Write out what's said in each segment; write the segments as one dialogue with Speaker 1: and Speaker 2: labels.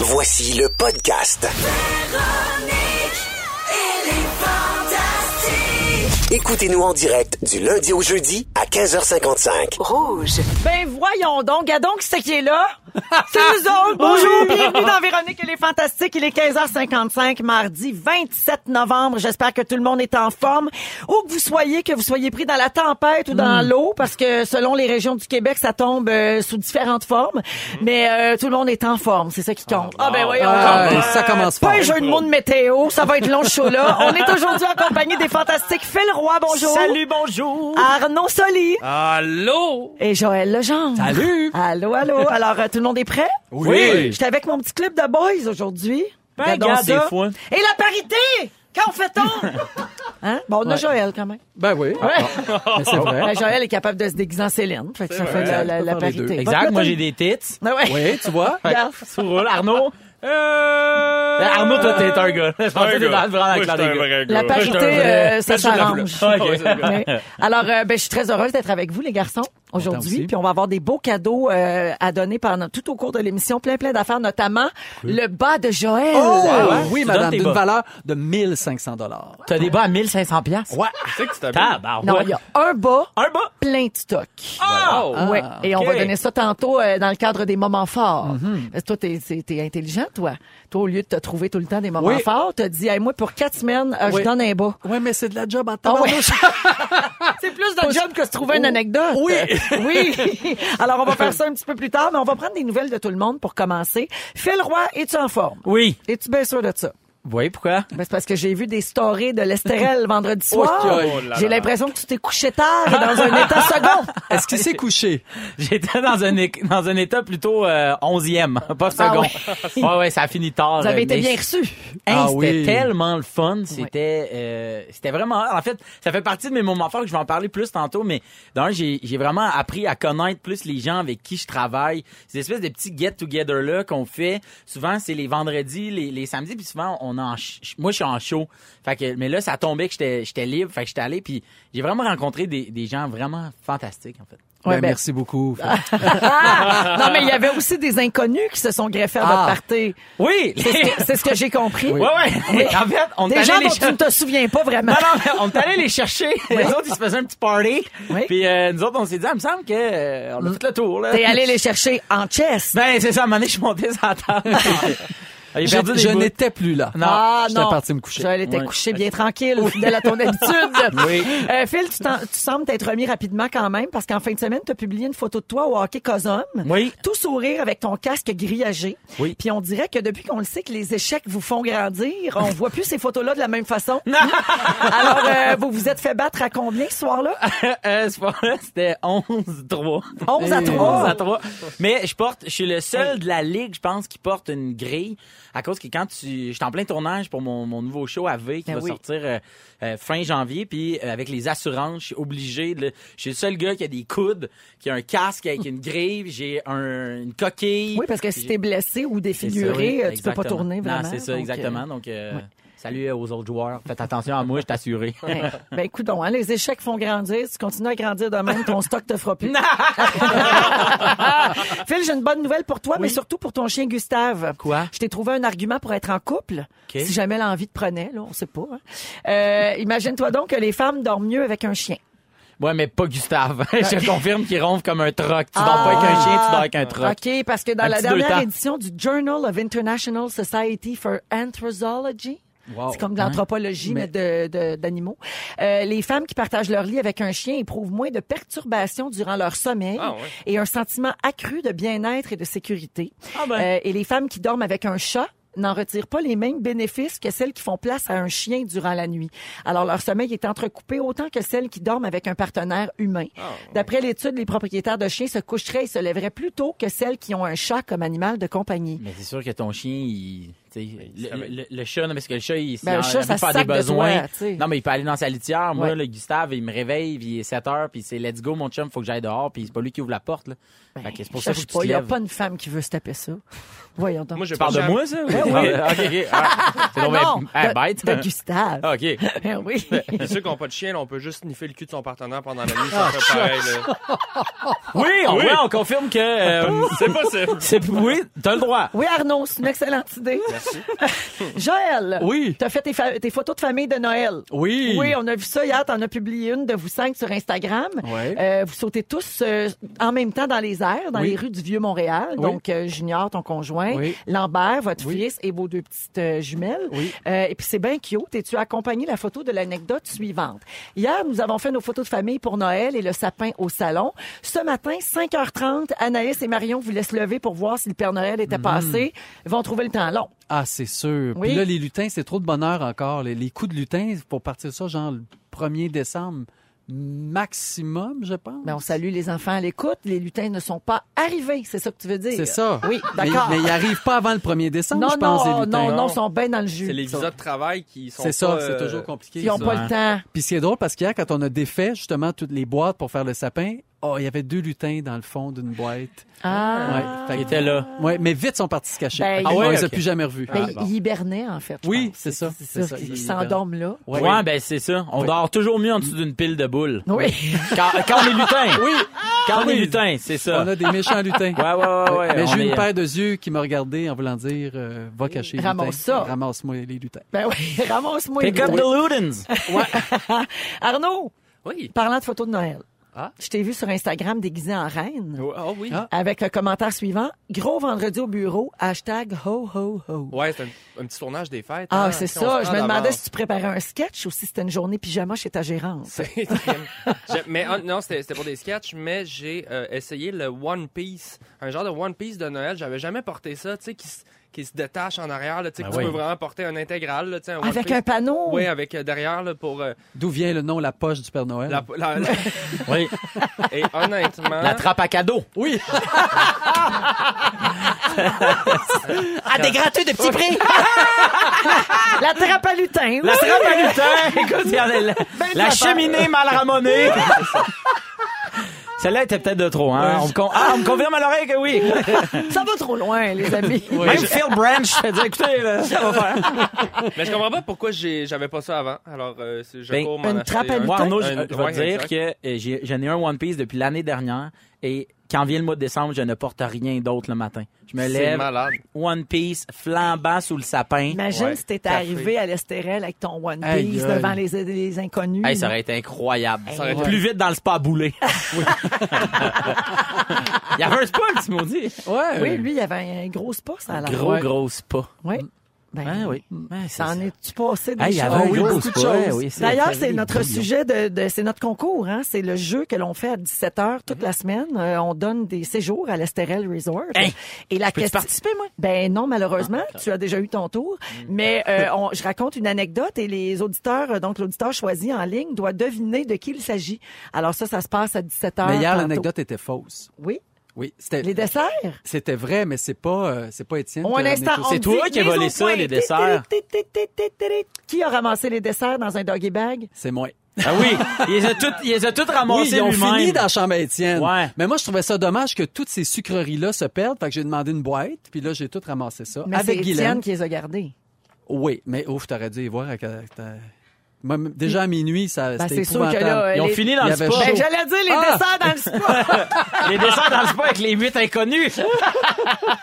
Speaker 1: Voici le podcast. Écoutez-nous en direct du lundi au jeudi à 15h55.
Speaker 2: Ben voyons donc, gars donc c'est qui est là. C'est nous autres. Bonjour, bienvenue dans Véronique et les Fantastiques. Il est 15h55, mardi 27 novembre. J'espère que tout le monde est en forme. Où que vous soyez, que vous soyez pris dans la tempête ou dans l'eau, parce que selon les régions du Québec, ça tombe euh, sous différentes formes. Mais euh, tout le monde est en forme, c'est ça qui compte. Ah, ben oui, on
Speaker 3: Ah,
Speaker 2: compte.
Speaker 3: ça commence
Speaker 2: Pas
Speaker 3: fort.
Speaker 2: un jeu de mots de météo, ça va être long ce show-là. On est aujourd'hui en compagnie des Fantastiques Phil Roy, bonjour.
Speaker 4: Salut, bonjour.
Speaker 2: Arnaud Soli.
Speaker 4: Allô?
Speaker 2: Et Joël Legendre.
Speaker 3: Salut.
Speaker 2: Allô, allô. Alors, euh, tout le monde est prêt?
Speaker 3: Oui.
Speaker 2: J'étais avec mon petit clip de boys aujourd'hui.
Speaker 4: Ben,
Speaker 2: Regardons
Speaker 4: regarde,
Speaker 2: ça.
Speaker 4: des fois.
Speaker 2: Et la parité! Quand fait-on? hein? Bon, on a Joël quand même.
Speaker 3: Ben oui. Mais
Speaker 4: Oh.
Speaker 3: c'est vrai.
Speaker 2: Ben, Joël est capable de se déguiser en Céline. Fait que ça fait la, la- la
Speaker 3: On peut faire les deux.
Speaker 2: parité.
Speaker 4: Exact, moi j'ai des tits.
Speaker 2: Ah ouais.
Speaker 3: Oui, tu vois.
Speaker 2: Regarde.
Speaker 4: Tu roules, Arnaud? Euh... Ben, Arnaud, toi, t'es un gars. Je pensais que t'étais dans le vrai avec des gars.
Speaker 2: La parité, euh, ça s'arrange.
Speaker 3: Ah,
Speaker 2: Ouais. Alors, euh, ben, je suis très heureuse d'être avec vous, les garçons, aujourd'hui.
Speaker 3: aussi.
Speaker 2: Puis on va avoir des beaux cadeaux euh, à donner pendant tout au cours de l'émission, plein plein d'affaires, notamment le bas de Joël.
Speaker 3: Oh,
Speaker 4: ouais?
Speaker 3: oui,
Speaker 4: Tu donnes
Speaker 3: madame,
Speaker 4: tes
Speaker 3: d'une
Speaker 4: bas.
Speaker 3: valeur de 1500 dollars.
Speaker 4: T'as des bas à 1500 piastres?
Speaker 3: Ouais.
Speaker 4: Tabarnak.
Speaker 2: Non, il y a un bas,
Speaker 4: Un bas?
Speaker 2: plein de stock.
Speaker 4: Oh!
Speaker 2: ouais.
Speaker 3: Ah,
Speaker 2: Et on
Speaker 4: ok.
Speaker 2: va donner ça tantôt euh, dans le cadre des moments forts. Parce que toi, t'es, c'est- t'es intelligent, toi. Toi, au lieu de te trouver tout le temps des moments
Speaker 3: Oui.
Speaker 2: forts, t'as dit, hey, moi, pour quatre semaines, euh, je
Speaker 3: Oui.
Speaker 2: donne un bas.
Speaker 3: Ouais, mais c'est de la job en
Speaker 2: Ah ouais.
Speaker 3: tabarnouche.
Speaker 2: c'est plus de job que se trouver
Speaker 4: Oh,
Speaker 2: une anecdote.
Speaker 3: Oui.
Speaker 2: oui. Alors, on va faire ça un petit peu plus tard, mais on va prendre des nouvelles de tout le monde pour commencer. Phil Roy, es-tu en forme?
Speaker 4: Oui.
Speaker 2: Es-tu bien sûr de ça?
Speaker 4: Oui, pourquoi?
Speaker 2: Ben, c'est parce que j'ai vu des stories de l'Estérel vendredi soir.
Speaker 3: Oh,
Speaker 2: j'ai l'impression que tu t'es couché tard et dans un état second.
Speaker 3: Est-ce qu'il s'est couché?
Speaker 4: J'étais dans un, é- dans un état plutôt euh, 11e, pas
Speaker 2: Ah
Speaker 4: second.
Speaker 2: ouais.
Speaker 4: ouais, ouais, ça a fini tard.
Speaker 2: Vous avez
Speaker 4: euh,
Speaker 2: été
Speaker 4: mais
Speaker 2: bien
Speaker 4: je-
Speaker 2: reçu.
Speaker 4: Hey,
Speaker 3: Ah
Speaker 4: c'était
Speaker 3: oui.
Speaker 4: tellement le fun. C'était, euh, c'était vraiment. En fait, ça fait partie de mes moments forts que je vais en parler plus tantôt. Mais d'un, j'ai, j'ai vraiment appris à connaître plus les gens avec qui je travaille. Ces espèces de petits get together là qu'on fait. Souvent, c'est les vendredis, les, les samedis, puis souvent on est en. ch- Moi, je suis en show. Fait que, mais là, ça tombait que j'étais, j'étais libre. Fait que j'étais allé. Puis j'ai vraiment rencontré des, des gens vraiment fantastiques en fait.
Speaker 2: Ouais,
Speaker 3: Ben,
Speaker 2: ben-
Speaker 3: Merci beaucoup.
Speaker 2: Ah! non, mais il y avait aussi des inconnus qui se sont greffés à votre
Speaker 3: Ah.
Speaker 2: party.
Speaker 4: Oui.
Speaker 2: C'est ce que- c'est ce que, j'ai compris.
Speaker 4: Ouais, ouais. en fait, on est
Speaker 2: Des
Speaker 4: allé
Speaker 2: gens
Speaker 4: les
Speaker 2: dont tu
Speaker 4: cher-
Speaker 2: ne te souviens pas vraiment.
Speaker 4: Non, non, mais on est allé les chercher. Les autres, ils se faisaient un petit party.
Speaker 2: Oui.
Speaker 4: Puis euh, nous autres, on s'est dit, ah, il me semble que euh, on a fait le tour. Là.
Speaker 2: T'es allé les chercher en chess.
Speaker 4: Ben, c'est ça, à un moment donné, je suis monté sur la table. J'ai
Speaker 3: Je,
Speaker 4: perdu des
Speaker 3: je
Speaker 4: bouts.
Speaker 3: n'étais plus là.
Speaker 4: Non.
Speaker 2: ah
Speaker 3: j'étais
Speaker 2: non.
Speaker 3: parti me coucher.
Speaker 2: Joël était
Speaker 4: Oui.
Speaker 2: couché bien tranquille, fidèle à ton habitude.
Speaker 4: Oui.
Speaker 2: Euh, Phil, tu, t'en- tu sembles t'être remis rapidement quand même parce qu'en fin de semaine, tu as publié une photo de toi au hockey Cosum.
Speaker 4: Oui.
Speaker 2: Tout sourire avec ton casque grillagé.
Speaker 4: Oui.
Speaker 2: Puis on dirait que depuis qu'on le sait que les échecs vous font grandir, on voit plus ces photos-là de la même façon. Alors, euh, vous vous êtes fait battre à combien ce soir-là?
Speaker 4: Euh, ce soir-là, c'était 11-3.
Speaker 2: 11 à 3.
Speaker 4: 11 à 3. Mais je porte, je suis le seul de la ligue, je pense, qui porte une grille. À cause que quand tu, je suis en plein tournage pour mon, mon nouveau show à V qui
Speaker 2: Ben
Speaker 4: va
Speaker 2: oui.
Speaker 4: sortir euh, euh, fin janvier, puis euh, avec les assurances, je suis obligé de, je suis le seul gars qui a des coudes, qui a un casque avec une grille, j'ai un, une coquille.
Speaker 2: Oui, parce que si
Speaker 4: J'ai-
Speaker 2: t'es blessé ou
Speaker 4: C'est ça,
Speaker 2: défiguré,
Speaker 4: oui,
Speaker 2: euh, tu peux pas
Speaker 4: exactement.
Speaker 2: tourner vraiment.
Speaker 4: Non, c'est ça,
Speaker 2: Donc, euh,
Speaker 4: exactement. Donc, euh, salut aux autres joueurs. Faites attention à moi, je t'assure.
Speaker 2: Ouais. Ben écoute, bon, hein, les échecs font grandir. Si tu continues à grandir de même, ton stock te fera plus. Phil, j'ai une bonne nouvelle pour toi, mais surtout pour ton chien Gustave.
Speaker 4: Quoi?
Speaker 2: Je t'ai trouvé un argument pour être en couple,
Speaker 4: OK.
Speaker 2: si jamais l'envie te prenait. Là, on sait pas. hein. Euh, Imagine-toi donc que les femmes dorment mieux avec un chien.
Speaker 4: Ouais, mais pas Gustave. je te confirme qu'il ronfle comme un troc. Tu
Speaker 5: Ah.
Speaker 4: dors pas avec un chien, tu dors avec un troc.
Speaker 2: Ah. OK, parce que dans
Speaker 4: Un
Speaker 2: la
Speaker 4: petit deux
Speaker 2: dernière
Speaker 4: temps.
Speaker 2: édition du Journal of International Society for Anthropology,
Speaker 3: Wow.
Speaker 2: c'est comme de l'anthropologie, mais, de- de- d'animaux. euh, les femmes qui partagent leur lit avec un chien éprouvent moins de perturbations durant leur sommeil
Speaker 4: Ah,
Speaker 2: et un sentiment accru de bien-être et de sécurité.
Speaker 4: Ah ben.
Speaker 2: Euh, et les femmes qui dorment avec un chat n'en retirent pas les mêmes bénéfices que celles qui font place à un chien durant la nuit. Alors leur sommeil est entrecoupé autant que celles qui dorment avec un partenaire humain. D'après l'étude, les propriétaires de chiens se coucheraient et se lèveraient plus tôt que celles qui ont un chat comme animal de compagnie.
Speaker 4: Mais c'est sûr que ton chien, il tu sais, le, le- le chat, non, parce que le chat, il,
Speaker 5: Ben,
Speaker 4: il
Speaker 5: le
Speaker 4: a
Speaker 5: chat,
Speaker 4: envie
Speaker 5: ça
Speaker 4: de faire
Speaker 5: sac
Speaker 4: des
Speaker 5: de
Speaker 4: besoins.
Speaker 5: doigts, tu sais.
Speaker 4: non, mais il peut aller dans sa litière. Moi,
Speaker 5: Ouais.
Speaker 4: le Gustave, il me réveille, puis il est 7 heures, puis c'est let's go, mon chum, faut que j'aille dehors, puis c'est pas lui qui ouvre la porte. Là.
Speaker 2: Ben,
Speaker 4: Fait que Ben, c'est pour
Speaker 5: Ben,
Speaker 4: ça faut
Speaker 5: Cherche
Speaker 4: que tu
Speaker 5: pas,
Speaker 4: te
Speaker 5: il n'y a
Speaker 4: lèves.
Speaker 5: pas une femme qui veut se taper ça. Voyons donc.
Speaker 6: Moi, je
Speaker 4: Tu parles de moi, ça? Oui, OK, OK. Ah, c'est donc bien-
Speaker 5: non,
Speaker 4: ah,
Speaker 5: de-
Speaker 4: bête.
Speaker 5: de Gustave.
Speaker 4: Ah, OK.
Speaker 5: Ben oui.
Speaker 6: Puis ceux qui n'ont pas de chien, là, on peut juste sniffer le cul de son partenaire pendant la nuit, ça fait pareil. là.
Speaker 4: Oui, on, ouais, on confirme que... euh,
Speaker 6: C'est possible.
Speaker 4: c'est, oui, t'as le droit.
Speaker 2: Oui, Arnaud, c'est une excellente idée. Joël,
Speaker 3: Oui.
Speaker 2: tu as fait tes, fa- tes photos de famille de Noël.
Speaker 3: Oui.
Speaker 2: Oui, on a vu ça hier. T'en as publié une de vous cinq sur Instagram.
Speaker 3: Ouais.
Speaker 2: Euh, vous sautez tous euh, en même temps dans les airs, dans
Speaker 3: Oui.
Speaker 2: les rues du Vieux-Montréal. Donc, euh, Junior, ton conjoint,
Speaker 3: Oui.
Speaker 2: Lambert, votre
Speaker 3: Oui.
Speaker 2: fils et vos deux petites euh, jumelles.
Speaker 3: Oui.
Speaker 2: Euh, et puis, c'est bien cute. Et tu as accompagné la photo de l'anecdote suivante. Hier, nous avons fait nos photos de famille pour Noël et le sapin au salon. Ce matin, 5h30, Anaïs et Marion voulaient se lever pour voir si le Père Noël
Speaker 3: Mm-hmm.
Speaker 2: était passé. Ils vont trouver le temps long.
Speaker 3: Ah, c'est sûr.
Speaker 2: Oui.
Speaker 3: Puis là, les lutins, c'est trop de bonheur encore. Les, les coups de lutin, pour partir ça, genre le 1er décembre, maximum, je pense.
Speaker 2: Ben, on salue les enfants à l'écoute. Les lutins ne sont pas arrivés. C'est ça que tu veux dire?
Speaker 3: C'est ça.
Speaker 2: Oui,
Speaker 3: Mais-
Speaker 2: d'accord.
Speaker 3: Mais, ils n'arrivent pas avant le 1er décembre,
Speaker 2: Non,
Speaker 3: je
Speaker 2: non,
Speaker 3: pense, les
Speaker 2: oh,
Speaker 3: lutins.
Speaker 2: non, non,
Speaker 6: Non.
Speaker 2: ils sont bien dans le jus.
Speaker 6: C'est les visas de travail qui sont
Speaker 3: C'est ça,
Speaker 6: pas,
Speaker 3: c'est
Speaker 6: euh,
Speaker 3: toujours compliqué.
Speaker 2: Ils n'ont
Speaker 3: ça.
Speaker 2: pas le temps.
Speaker 3: Puis c'est drôle parce qu'hier, quand on a défait justement toutes les boîtes pour faire le sapin, oh, il y avait deux lutins dans le fond d'une boîte.
Speaker 2: Ah.
Speaker 3: fait
Speaker 4: Il
Speaker 3: que-
Speaker 4: était là.
Speaker 3: Ouais, mais vite, ils sont partis se cacher.
Speaker 2: Ben,
Speaker 3: ah
Speaker 2: il-
Speaker 3: ouais, on
Speaker 4: Ouais,
Speaker 3: les a
Speaker 4: ok. Ah,
Speaker 3: plus jamais revus.
Speaker 2: Ben, Ils hibernaient, en fait. je
Speaker 3: Ah, Oui,
Speaker 2: pense.
Speaker 3: c'est ça,
Speaker 2: C'est
Speaker 3: c'est ça,
Speaker 2: ça. Ils
Speaker 3: ils
Speaker 2: s'endorment là.
Speaker 4: Ouais, ben c'est ça. On
Speaker 3: Oui.
Speaker 4: dort toujours mieux en dessous d'une pile de boules.
Speaker 2: Oui.
Speaker 4: Quand, quand on est lutin. Oui. Quand on est
Speaker 3: Oui.
Speaker 4: lutin, c'est ça.
Speaker 3: On a des méchants lutins.
Speaker 4: Ouais, ouais, ouais, ouais.
Speaker 3: Mais
Speaker 4: On
Speaker 3: j'ai eu
Speaker 4: est-
Speaker 3: une paire de yeux qui m'a regardé en voulant dire euh, va cacher les
Speaker 2: Ramasse
Speaker 3: lutins.
Speaker 2: ça.
Speaker 3: Ramasse-moi les lutins.
Speaker 2: Ben oui, ramasse-moi.
Speaker 4: Pick
Speaker 2: les
Speaker 4: up the
Speaker 2: lutins.
Speaker 4: Ludens.
Speaker 2: Arnaud,
Speaker 6: Oui.
Speaker 2: parlant de photos de Noël.
Speaker 6: Ah.
Speaker 2: Je t'ai vu sur Instagram déguisé en reine.
Speaker 6: Ah oui.
Speaker 3: Ah.
Speaker 2: Avec le commentaire suivant, gros vendredi au bureau, hashtag ho ho ho.
Speaker 6: Ouais, c'est un, un petit tournage des fêtes.
Speaker 2: Ah,
Speaker 6: hein,
Speaker 2: c'est
Speaker 6: si on se
Speaker 2: ça. Je
Speaker 6: prend
Speaker 2: me demandais
Speaker 6: d'avance.
Speaker 2: si tu préparais un sketch ou si c'était une journée pyjama chez ta gérante.
Speaker 6: C'est- J'ai- mais ah, non, c'était c'était pour des sketchs, mais j'ai euh, essayé le One Piece, un genre de One Piece de Noël. J'avais jamais porté ça, tu sais, qui, se- qui se détache en arrière, là, tu sais, que
Speaker 4: Ben
Speaker 6: tu peux
Speaker 4: oui.
Speaker 6: vraiment porter un intégral, là, tu sais, un One
Speaker 2: Avec
Speaker 6: Piece.
Speaker 2: un panneau.
Speaker 6: Oui, avec euh, derrière, là, pour euh,
Speaker 3: D'où vient le nom La poche du Père Noël
Speaker 6: la, la- la-
Speaker 4: Oui.
Speaker 6: Et honnêtement,
Speaker 4: La trappe à cadeaux.
Speaker 3: Oui.
Speaker 2: À des gratuits de petits prix. La trappe à lutin.
Speaker 4: La trappe à lutin. Ben, Écoute, il y en a la, la
Speaker 2: de
Speaker 4: cheminée mal ramonée. Celle-là était peut-être de trop, hein? On me con- Ah, on me confirme à l'oreille que oui.
Speaker 2: Ça va trop loin, les amis.
Speaker 4: Même Phil Branch, je dit, écoutez, là, ça va faire.
Speaker 6: mais je comprends pas pourquoi j'ai- j'avais pas ça avant. Alors, euh, c'est- je
Speaker 4: Ben,
Speaker 6: cours m'en
Speaker 2: une
Speaker 6: acheter
Speaker 2: trappe à
Speaker 6: un.
Speaker 4: Moi,
Speaker 2: lutin.
Speaker 4: Arnaud, je,
Speaker 6: Un-
Speaker 4: je vais
Speaker 6: ouais,
Speaker 4: te dire
Speaker 6: exact.
Speaker 4: que euh, j'ai- j'en ai un One Piece depuis l'année dernière et quand vient le mois de décembre, je ne porte rien d'autre le matin. Je me
Speaker 6: C'est
Speaker 4: lève,
Speaker 6: malade.
Speaker 4: One Piece flambant sous le sapin.
Speaker 2: Imagine
Speaker 6: Ouais,
Speaker 2: si t'étais
Speaker 6: parfait.
Speaker 2: arrivé à l'Estérel avec ton One Piece
Speaker 3: Aïe, aïe.
Speaker 2: devant les, les inconnus.
Speaker 4: Hey, ça aurait été incroyable.
Speaker 6: Ça aurait été-
Speaker 4: Plus vite dans le spa boulé. Il y avait un spa, le petit maudit.
Speaker 3: Ouais.
Speaker 2: Oui, lui, il avait un gros spa, ça a l'air.
Speaker 4: Gros, gros spa.
Speaker 2: Oui. Ben,
Speaker 4: Ah oui.
Speaker 3: Hmm.
Speaker 4: Ouais, c'est
Speaker 2: T'en
Speaker 4: ça.
Speaker 2: es-tu passé des
Speaker 4: Hey, il y
Speaker 2: choses?
Speaker 4: avait un
Speaker 2: Oui,
Speaker 4: gros
Speaker 2: beaucoup de
Speaker 4: spa,
Speaker 2: choses.
Speaker 4: oui, c'est-
Speaker 2: D'ailleurs,
Speaker 4: c'est
Speaker 2: c'est
Speaker 4: les
Speaker 2: notre
Speaker 4: bouillons.
Speaker 2: sujet de, de- c'est notre concours, hein. C'est le jeu que l'on fait à 17 h toute la semaine. Euh, on donne des séjours à l'Estérel Resort.
Speaker 4: Hey,
Speaker 2: Et la
Speaker 4: peux-tu participer, Ah, Mm.
Speaker 2: moi? Ben, non, malheureusement. tu as déjà eu ton tour. Mais, euh, on- je raconte une anecdote et les auditeurs, euh, donc l'auditeur choisi en ligne doit deviner de qui il s'agit. Alors ça, ça se passe à 17 h
Speaker 3: Mais hier, l'anecdote était fausse.
Speaker 2: Oui.
Speaker 3: Oui, c'était
Speaker 2: Les desserts?
Speaker 3: c'était vrai, mais c'est pas euh, c'est pas Étienne.
Speaker 2: On
Speaker 3: qui a
Speaker 2: un
Speaker 3: ramené
Speaker 2: instant,
Speaker 3: tout ça.
Speaker 4: C'est
Speaker 2: on
Speaker 4: toi
Speaker 2: dit
Speaker 4: qui as volé
Speaker 2: mise au
Speaker 4: ça,
Speaker 2: point.
Speaker 4: les desserts.
Speaker 2: Qui a ramassé les desserts dans un doggy bag?
Speaker 3: C'est moi.
Speaker 4: Ah oui, il les a toutes, il les a toutes
Speaker 3: Oui,
Speaker 4: ramassées
Speaker 3: ils ont
Speaker 4: lui-même.
Speaker 3: fini dans la chambre à Étienne.
Speaker 4: Ouais.
Speaker 3: Mais moi, je trouvais ça dommage que toutes ces sucreries-là se perdent. Fait que j'ai demandé une boîte, puis là, j'ai tout ramassé ça.
Speaker 2: Mais c'est
Speaker 3: avec Guylaine.
Speaker 2: Étienne qui les a gardés.
Speaker 3: Oui, mais ouf, t'aurais dû y voir. avec- avec ta- Moi, m- déjà à minuit, ça,
Speaker 2: Ben,
Speaker 3: c'était
Speaker 2: c'est sûr que là,
Speaker 3: épouvantable.
Speaker 2: euh,
Speaker 4: Ils ont
Speaker 2: les-
Speaker 4: fini dans
Speaker 3: Il y
Speaker 4: le
Speaker 3: avait
Speaker 4: spa.
Speaker 3: chaud.
Speaker 2: Ben, j'allais dire les
Speaker 3: Ah!
Speaker 2: desserts dans le spa.
Speaker 4: Les dessins dans le spa avec les huit inconnus.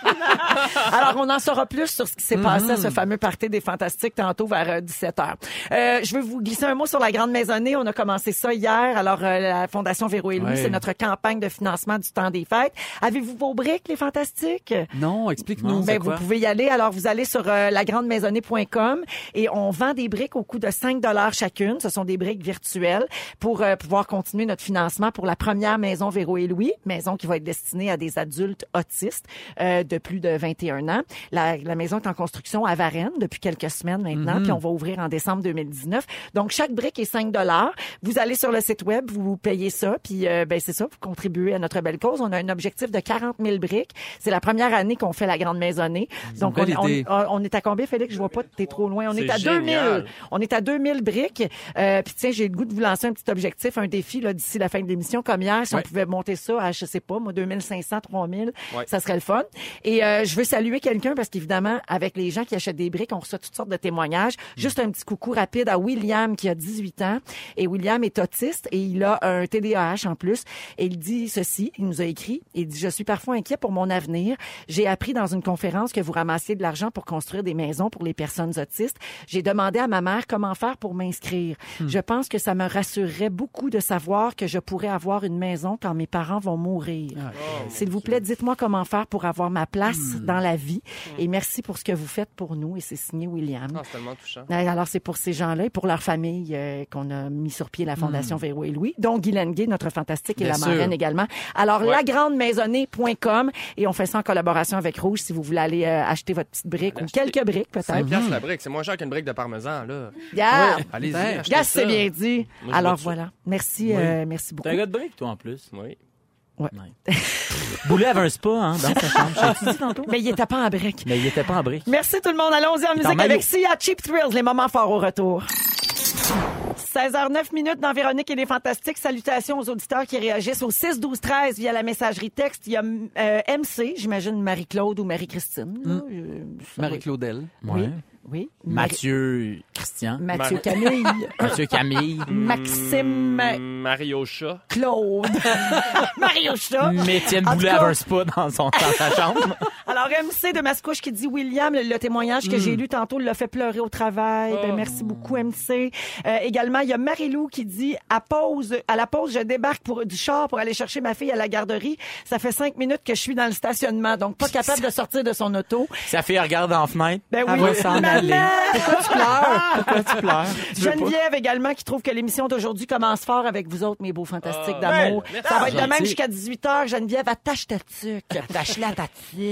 Speaker 2: Alors, on en saura plus sur ce qui s'est passé à ce fameux party des Fantastiques tantôt vers euh, 17h. Euh, je veux vous glisser un mot sur la Grande Maisonnée. On a commencé ça hier. Alors, euh, la Fondation Véro et Louis,
Speaker 3: Ouais.
Speaker 2: c'est notre campagne de financement du temps des fêtes. Avez-vous vos briques, les Fantastiques?
Speaker 3: Non, explique-nous.
Speaker 2: Ben, vous pouvez y aller. Alors, vous allez sur euh, lagrandemaisonnée.com et on vend des briques au coût de 5 dollars chacune. Ce sont des briques virtuelles pour euh, pouvoir continuer notre financement pour la première maison Véro et Louis, maison qui va être destinée à des adultes autistes euh, de plus de 21 ans. La, la maison est en construction à Varennes depuis quelques semaines maintenant,
Speaker 3: Mhm.
Speaker 2: puis on va ouvrir en décembre 2019. Donc, chaque brique est 5 dollars. Vous allez sur le site web, vous payez ça, puis euh, ben, c'est ça, vous contribuez à notre belle cause. On a un objectif de 40 000 briques. C'est la première année qu'on fait la Grande Maisonnée. Donc, on,
Speaker 3: Belle idée.
Speaker 2: on- on est à combien, Félix? Je vois pas, t'es trop loin. On est,
Speaker 6: C'est
Speaker 2: à
Speaker 6: génial.
Speaker 2: 2000. On est à 2000 briques. Euh, puis tiens, j'ai le goût de vous lancer un petit objectif, un défi là, d'ici la fin de l'émission, comme hier. Si
Speaker 4: Ouais.
Speaker 2: on pouvait monter ça à, je sais pas, moi, 2500, 3000,
Speaker 6: Ouais.
Speaker 2: ça serait le fun. Et euh, je veux saluer quelqu'un parce qu'évidemment, avec les gens qui achètent des briques, on reçoit toutes sortes de témoignages.
Speaker 6: Mm.
Speaker 2: Juste un petit coucou rapide à William qui a 18 ans. Et William est autiste et il a un TDAH en plus. Et il dit ceci, il nous a écrit, il dit « Je suis parfois inquiet pour mon avenir. J'ai appris dans une conférence que vous ramassiez de l'argent pour construire des maisons pour les personnes autistes. J'ai demandé à ma mère comment faire pour m'inscrire. Je pense que ça me rassurerait beaucoup de savoir que je pourrais avoir une maison quand mes parents vont mourir.
Speaker 6: Ah,
Speaker 2: S'il vous plaît, dites-moi comment faire pour avoir ma place dans la vie. Et merci pour ce que vous faites pour nous. Et c'est signé William.
Speaker 6: Ah, c'est tellement touchant.
Speaker 2: Ouais, Alors, c'est pour ces gens-là et pour leur famille euh, qu'on a mis sur pied la Fondation Véro et Louis, dont Guy Lenguet, notre fantastique, et
Speaker 3: Bien
Speaker 2: la
Speaker 3: sûr.
Speaker 2: marraine également. Alors,
Speaker 6: Ouais.
Speaker 2: lagrandemaisonnée.com et on fait ça en collaboration avec Rouge si vous voulez aller euh, acheter votre petite brique ou quelques briques peut-être.
Speaker 6: 5 piastres la brique, c'est moins cher qu'une brique de parmesan, là.
Speaker 2: Regarde,
Speaker 6: Allez-y,
Speaker 3: Ben,
Speaker 6: achetez
Speaker 2: regarde,
Speaker 6: ça.
Speaker 2: c'est bien dit.
Speaker 6: Moi, je
Speaker 2: Alors,
Speaker 6: vois ça.
Speaker 2: voilà. Merci, euh, merci beaucoup.
Speaker 4: T'es un gars de briques, toi, en plus.
Speaker 6: Oui.
Speaker 4: Boulet avait un spa, hein, dans sa chambre. Je t'ai dit tantôt.
Speaker 2: Mais il était pas en brique.
Speaker 4: Mais il était pas en briques.
Speaker 2: Merci tout le monde. Allons-y en musique
Speaker 4: maillot.
Speaker 2: avec Sia Cheap Thrills, les moments forts au retour. 16h09 minutes dans Véronique et les Fantastiques. Salutations aux auditeurs qui réagissent au 6 12 13 via la messagerie texte. Il y a euh, MC, j'imagine Marie-Claude ou Marie-Christine. là. Euh, ça va être-
Speaker 3: Marie-Claudel.
Speaker 2: Oui.
Speaker 4: Hmm. Ouais.
Speaker 2: Oui.
Speaker 4: Mathieu, Christian,
Speaker 2: Marie- Mathieu
Speaker 6: Mar-
Speaker 2: Camille.
Speaker 4: Mathieu Camille,
Speaker 2: Maxime
Speaker 6: Mm, Mario Chat.
Speaker 2: Claude. Mario Chat.
Speaker 4: mais Étienne
Speaker 2: En tout
Speaker 4: Boulet
Speaker 2: cas-
Speaker 4: avait un spa dans, son, dans sa chambre.
Speaker 2: Alors, MC de Mascouche qui dit William, le, le témoignage que j'ai lu tantôt l'a fait pleurer au travail. Ben,
Speaker 6: Oh.
Speaker 2: merci beaucoup, MC. Euh, également, il y a Marie-Lou qui dit à, pause, à la pause, je débarque pour, du char pour aller chercher ma fille à la garderie. Ça fait cinq minutes que je suis dans le stationnement, donc pas capable de sortir de son auto.
Speaker 4: Sa fille regarde en fenêtre.
Speaker 2: Ben oui,
Speaker 4: Elle va s'en
Speaker 2: maman!
Speaker 4: aller. Pourquoi tu pleures? Pourquoi tu pleures? Tu veux pas-
Speaker 2: Geneviève également qui trouve que l'émission d'aujourd'hui commence fort avec vous autres, mes beaux fantastiques
Speaker 6: Ah,
Speaker 2: d'amour.
Speaker 6: belle.
Speaker 2: Ça va être de
Speaker 4: Gentil.
Speaker 2: même jusqu'à 18h. Geneviève, attache ta tuque. Attache la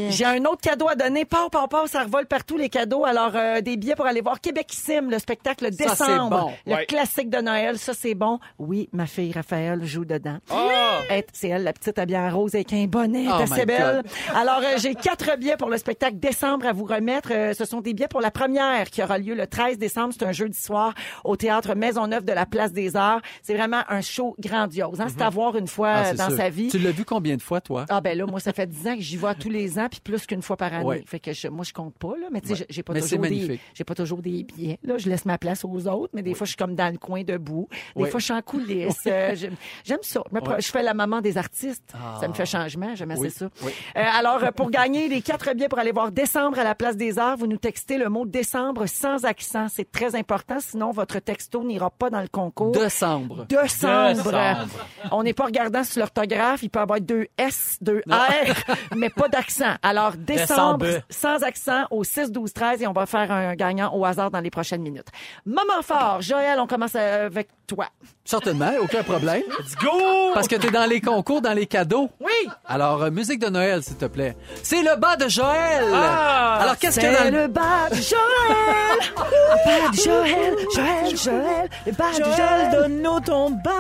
Speaker 2: J'ai un autre cadeau à donner. Pau, pau, pau, ça revole partout les cadeaux. Alors, euh, des billets pour aller voir Québec Sim, le spectacle
Speaker 3: Ça, c'est
Speaker 2: décembre.
Speaker 3: bon.
Speaker 2: Le
Speaker 6: Ouais.
Speaker 2: classique de Noël. Ça, c'est bon. Oui, ma fille Raphaël joue dedans.
Speaker 6: Ah!
Speaker 2: Elle- C'est elle, la petite habillée en rose avec un bonnet.
Speaker 3: Oh
Speaker 2: Elle est assez
Speaker 3: my
Speaker 2: belle. Alors, euh, j'ai quatre billets pour le spectacle décembre à vous remettre. Euh, ce sont des billets pour la première qui aura lieu le 13 décembre. C'est un jeudi soir au théâtre Maisonneuve de la Place des Arts. C'est vraiment un show grandiose. hein. C'est à voir une fois
Speaker 3: Ah,
Speaker 2: euh,
Speaker 3: c'est
Speaker 2: dans
Speaker 3: sûr.
Speaker 2: sa vie.
Speaker 3: Tu l'as vu combien de fois, toi?
Speaker 2: Ah ben là, moi, ça fait 10 ans que j'y vois tous les ans, puis plus qu'une fois par année.
Speaker 3: Ouais.
Speaker 2: Fait que je- moi, je compte pas, là. Mais tu sais, j'ai- j'ai pas,
Speaker 3: Mais c'est
Speaker 2: toujours des-
Speaker 3: magnifique.
Speaker 2: j'ai pas toujours des billets. Là, je laisse ma place aux autres, mais des fois, je suis comme dans le coin debout. Des
Speaker 3: Ouais.
Speaker 2: fois, je suis en coulisses. Euh, j'aime- J'aime ça. Je, me pro- je fais la maman des artistes. Ça me fait changement. J'aime assez
Speaker 3: Ah. Oui.
Speaker 2: ça. Euh, alors, euh, pour gagner les quatre billets pour aller voir Décembre à la Place des Arts, vous nous textez le mot Décembre sans accent. C'est très important, sinon votre texto n'ira pas dans le concours.
Speaker 3: Décembre.
Speaker 2: Décembre.
Speaker 4: Décembre.
Speaker 2: On n'est pas regardant sur l'orthographe. Il peut avoir deux S, deux R, mais pas d'accent. Alors, décembre,
Speaker 4: Décembre.
Speaker 2: sans accent au 6, 12, 13 et on va faire un gagnant au hasard dans les prochaines minutes. Moment fort. Joël, on commence avec toi.
Speaker 3: Certainement, aucun problème.
Speaker 4: Let's go!
Speaker 3: Parce que t'es dans les concours, dans les cadeaux.
Speaker 2: Oui!
Speaker 3: Alors, euh, musique de Noël, s'il te plaît. C'est le bas de Joël!
Speaker 6: Ah!
Speaker 3: Alors, qu'est-ce qu'il y a
Speaker 2: C'est
Speaker 3: dans le...
Speaker 2: le bas de Joël! le bas de Joël, Joël, Joël, le bas de Joël.
Speaker 4: donne-nous ton bas.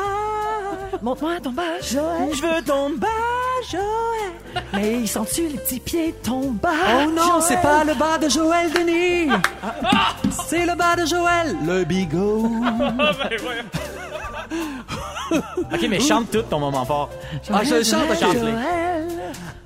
Speaker 2: Montre-moi ton bas, Joël.
Speaker 3: Hein?
Speaker 4: Je veux ton bas, Joël.
Speaker 2: Mais ils sont-tu les petits pieds de ton bas?
Speaker 3: Oh non,
Speaker 2: Joël? Ah.
Speaker 3: c'est pas le bas de Joël Denis! C'est le bas de Joël! Le bigot!
Speaker 4: OK, mais chante tout ton moment fort.
Speaker 3: Ah, je le chante, ok.
Speaker 4: Chante-les.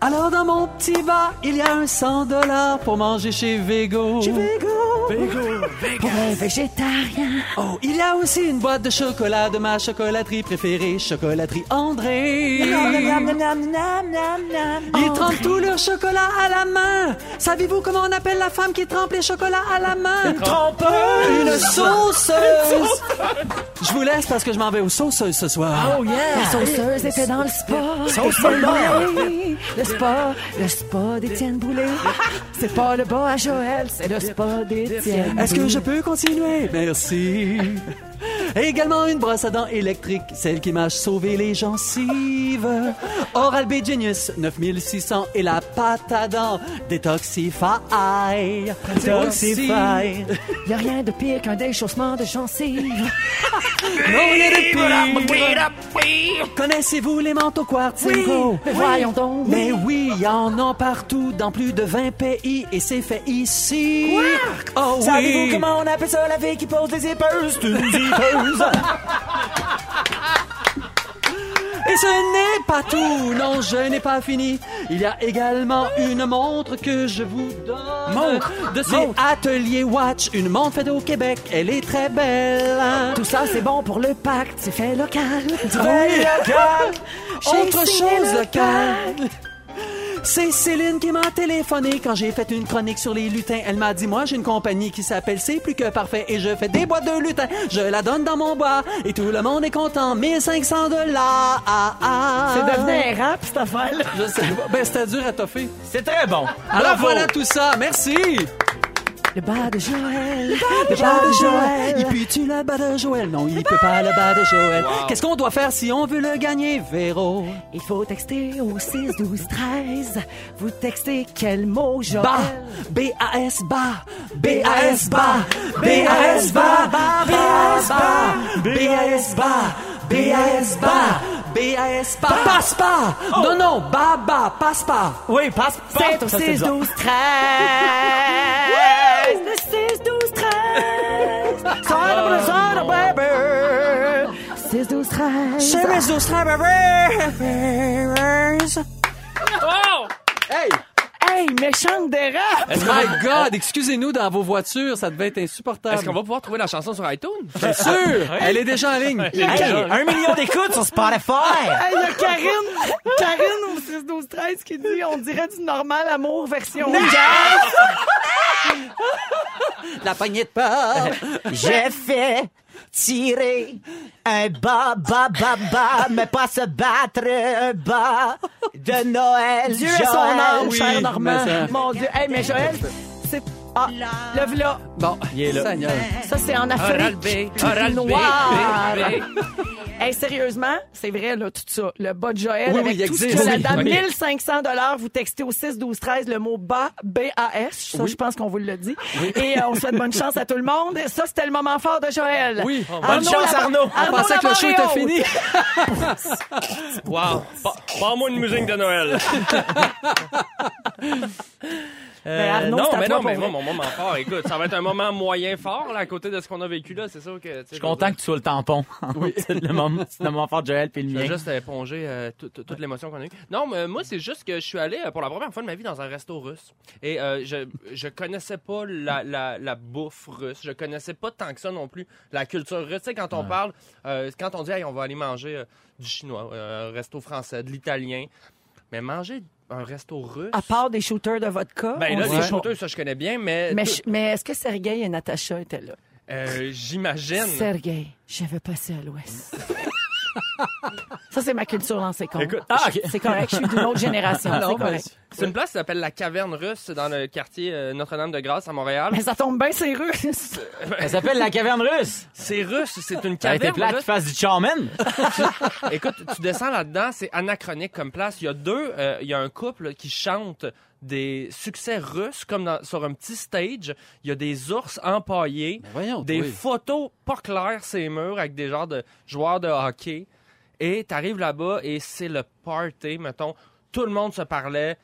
Speaker 3: Alors dans mon petit bas, il y a un 100 dollars pour manger chez Vego. Chez
Speaker 2: Un végétarien.
Speaker 3: Oh, il y a aussi une boîte de chocolat de ma chocolaterie préférée, chocolaterie André. Ils trempent tout leur chocolat à la main. Savez-vous comment on appelle la femme qui trempe les chocolats à la main Une trempeuse. Une sauceuse. Je vous laisse parce que je m'en vais aux sauceuses ce soir.
Speaker 2: Oh yeah! La sauceuse était dans le spa. d'Étienne Boulay. Le spa, le spa d'Étienne Boulay. C'est pas le bas à Joël, c'est le spa d'Étienne
Speaker 5: Étienne.
Speaker 3: Est-ce que je peux continuer? Merci. Et également une brosse à dents électrique, celle qui m'a sauvé les gencives. Oral B Genius 9600 et la pâte à dents Detoxify.
Speaker 5: Il
Speaker 3: Detoxify.
Speaker 5: n'y a rien de pire qu'un déchaussement de gencives.
Speaker 3: Non, rien de pire. Connaissez-vous les manteaux quartzico?
Speaker 5: Mais voyons donc.
Speaker 3: Mais oui, il y en a partout dans plus de 20 pays et c'est fait ici. Oh oui.
Speaker 4: Savez-vous comment on appelle ça la fille qui pose les épeuses? C'est une zippeuse.
Speaker 3: Et ce n'est pas tout. Non, je n'ai pas fini. Il y a également une montre que je vous donne.
Speaker 4: Montre.
Speaker 3: De ces
Speaker 4: Montre.
Speaker 3: ateliers Watch. Une montre faite au Québec. Elle est très belle.
Speaker 5: Tout ça, c'est bon pour le pacte. C'est fait local.
Speaker 3: Oui.
Speaker 2: euh,
Speaker 5: J'ai
Speaker 3: Autre
Speaker 5: signé
Speaker 3: chose
Speaker 5: le
Speaker 3: locale. C'est Céline qui m'a téléphoné quand j'ai fait une chronique sur les lutins. Elle m'a dit Moi, j'ai une compagnie qui s'appelle C'est plus que parfait et je fais des boîtes de lutins. Je la donne dans mon bois et tout le monde est content. 1500 dollars. Ah,
Speaker 2: C'est devenu un rap, cette affaire-là.
Speaker 3: Je sais pas. Ben, c'était dur à toffer.
Speaker 4: C'est très bon.
Speaker 3: Alors
Speaker 4: Ah, Bravo.
Speaker 3: voilà tout ça. Merci.
Speaker 5: Le bas de Joël.
Speaker 3: Le bas de Joël. Il pue-tu le bas de Joël? Non, il peut pas le bas de Joël. Qu'est-ce qu'on doit faire si on veut le gagner, Véro?
Speaker 5: Il faut texter au 6, 12, 13. Vous textez quel mot, Joël?
Speaker 3: Bas,
Speaker 2: Bah.
Speaker 3: B-A-S, bas, B-A-S, bas, B-A-S, bas, B-A-S, bas, B-A-S, bas, B-A-S, bas, B-A-S, bas, passe pas! Non, non, bas, bas, passe pas!
Speaker 4: Oui, passe.
Speaker 2: C'est
Speaker 4: passe-
Speaker 2: au
Speaker 4: ça, c'est
Speaker 2: 6,
Speaker 4: bizarre.
Speaker 2: 12, 13. Le 6, 12, 13. Son of a son of
Speaker 4: Ah.
Speaker 2: a baby.
Speaker 5: 6, 12, 13.
Speaker 6: Oh!
Speaker 2: Hey, méchante des raps.
Speaker 3: My God, excusez-nous dans vos voitures, ça devait être insupportable.
Speaker 6: Est-ce qu'on va pouvoir trouver la chanson sur iTunes?
Speaker 3: Bien sûr! Elle est déjà en ligne.
Speaker 4: Hey, un million d'écoutes sur Spotify.
Speaker 2: Hey, il y a Karine, Karine au 6, 12, 13 qui dit on dirait du normal amour version jazz.
Speaker 3: La poignée de porte.
Speaker 4: J'ai fait tirer un bas, bas, bas, bas, mais pas se battre un bas de Noël.
Speaker 2: Dieu est son âme,
Speaker 3: oui,
Speaker 2: cher
Speaker 3: mais
Speaker 2: Normand.
Speaker 3: ça-
Speaker 2: Mon Dieu. Hey, mais Joël, c'est. Ah, le là.
Speaker 3: Bon,
Speaker 4: Il est là.
Speaker 3: Seigneur.
Speaker 2: Ça, c'est en
Speaker 6: Oral
Speaker 2: Afrique.
Speaker 6: B, Oral B,
Speaker 2: Noir.
Speaker 6: B, B.
Speaker 2: Hey, sérieusement, c'est vrai, là, tout ça. Le bas de Joël,
Speaker 3: Oui,
Speaker 2: avec
Speaker 3: oui, il
Speaker 2: tout ce
Speaker 3: existe.
Speaker 2: qu'il y a là-dedans.
Speaker 6: Oui.
Speaker 2: 1500 vous textez au 6 12 13 le mot bas, B-A-S. Ça, je pense qu'on vous le dit. Et euh, on souhaite bonne chance à tout le monde. Ça, c'était le moment fort de Joël.
Speaker 3: Oui.
Speaker 4: Bonne chance, Arnaud.
Speaker 3: On pensait que le show était fini.
Speaker 6: Wow. Pa- Parle-moi une musique de Noël.
Speaker 2: Mais Arnaud,
Speaker 6: Euh, non,
Speaker 2: Ah, c'est à
Speaker 6: mais
Speaker 2: toi
Speaker 6: non,
Speaker 2: pour
Speaker 6: mais
Speaker 2: vrai.
Speaker 6: moi, mon moment fort, écoute, ça va être un moment moyen fort, là, à côté de ce qu'on a vécu, là, c'est sûr que... Je
Speaker 4: Je suis content que tu sois le tampon. Oui. le moment, c'est le moment fort de Joël puis le
Speaker 6: Je
Speaker 4: mien.
Speaker 6: vais juste éponger euh, tout- tout- toute l'émotion qu'on a eue. Non, mais moi, c'est juste que je suis allé euh, pour la première fois de ma vie dans un resto russe. Et euh, je, je connaissais pas la, la, la bouffe russe. Je connaissais pas tant que ça non plus la culture russe. Tu sais, quand on parle, euh, quand on dit, Hey, on va aller manger euh, du chinois, euh, un resto français, de l'italien. Mais manger un resto russe.
Speaker 2: À part des shooters de vodka.
Speaker 6: ben
Speaker 2: on
Speaker 6: là,
Speaker 2: sait
Speaker 6: les
Speaker 2: Ah, pas.
Speaker 6: chanteurs, ça, je connais bien, mais.
Speaker 2: Mais,
Speaker 6: tout-
Speaker 2: je- mais est-ce que Sergei et Natacha étaient là?
Speaker 6: euh, J'imagine.
Speaker 5: Sergueï, je veux passer à l'ouest.
Speaker 2: Ça, c'est ma culture lancée contre.
Speaker 6: Écoute,
Speaker 4: Ah, ok.
Speaker 2: C'est correct, je suis d'une autre génération.
Speaker 3: Non,
Speaker 2: c'est
Speaker 3: mais-
Speaker 2: correct.
Speaker 6: C'est une place qui s'appelle la Caverne Russe c'est dans le quartier euh, Notre-Dame-de-Grâce à Montréal.
Speaker 2: Mais ça tombe bien, c'est russe.
Speaker 4: Elle s'appelle la caverne russe.
Speaker 6: C'est russe, c'est une
Speaker 4: Ça a été
Speaker 6: caverne
Speaker 4: plate
Speaker 6: russe.
Speaker 4: qu'il fasse du charmen.
Speaker 6: Écoute, tu descends là-dedans, c'est anachronique comme place. Il y a deux, euh, il y a un couple qui chante des succès russes comme dans- sur un petit stage. Il y a des ours empaillés,
Speaker 3: Ben Voyons,
Speaker 6: des
Speaker 3: oui.
Speaker 6: photos pas claires ces murs avec des genres de joueurs de hockey. Et t'arrives là-bas et c'est le party, mettons. Tout le monde se parlait.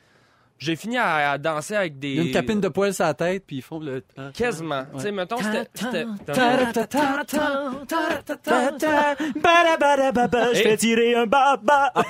Speaker 6: J'ai fini à, à danser avec des
Speaker 3: Une capine de poils sur la tête, puis ils font le...
Speaker 6: quasiment. Tu sais, mettons c'était- c'était
Speaker 4: Je
Speaker 6: vais
Speaker 4: tirer un baba. Ah,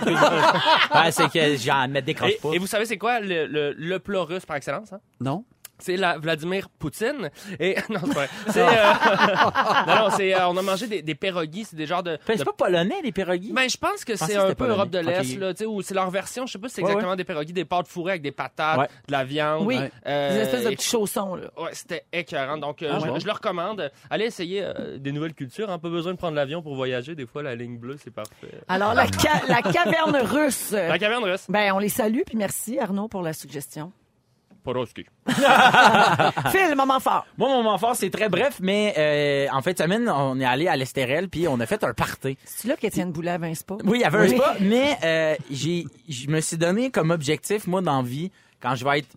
Speaker 4: ouais, c'est que j'en mets décroche
Speaker 6: Et,
Speaker 4: pas.
Speaker 6: et vous savez c'est quoi le, le, le plat russe par excellence hein?
Speaker 3: Non?
Speaker 6: C'est la Vladimir Poutine. Et non, c'est pas vrai. c'est euh, non, non, c'est euh, on a mangé des, des pierogies, c'est des genres de.
Speaker 4: Ben, C'est
Speaker 6: de-
Speaker 4: pas polonais, les pierogies.
Speaker 6: Ben, je pense que
Speaker 4: pensais
Speaker 6: c'est
Speaker 4: que
Speaker 6: un
Speaker 4: c'était
Speaker 6: peu
Speaker 4: polonais.
Speaker 6: Europe de l'Est,
Speaker 4: Ok.
Speaker 6: là, tu sais, ou c'est leur version, je sais pas si c'est
Speaker 4: Ouais,
Speaker 6: exactement des pierogies, des pâtes fourrées avec des patates,
Speaker 4: Ouais.
Speaker 6: de la viande.
Speaker 2: Oui.
Speaker 6: Euh,
Speaker 2: Des espèces de
Speaker 6: et-
Speaker 2: petits chaussons, là.
Speaker 6: Ouais, c'était écœurant. Donc, euh,
Speaker 3: Ah,
Speaker 6: je,
Speaker 3: ouais.
Speaker 6: je le recommande. Allez essayer euh, des nouvelles cultures. hein. Pas besoin de prendre l'avion pour voyager. Des fois, la ligne bleue, c'est parfait.
Speaker 2: Alors, la, ca- la caverne russe.
Speaker 6: La caverne russe.
Speaker 2: Ben, on les salue, puis merci, Arnaud, pour la suggestion.
Speaker 6: Poroski.
Speaker 2: Phil, moment fort.
Speaker 4: Moi, mon moment fort, c'est très bref, mais euh, en fin de semaine, on est allé à l'Estérel, puis on a fait un party.
Speaker 2: C'est là qu'Étienne Boulay avait un spa.
Speaker 4: Oui, il y avait un spa, mais euh, j'ai, je me suis donné comme objectif, moi, dans la vie, quand je vais être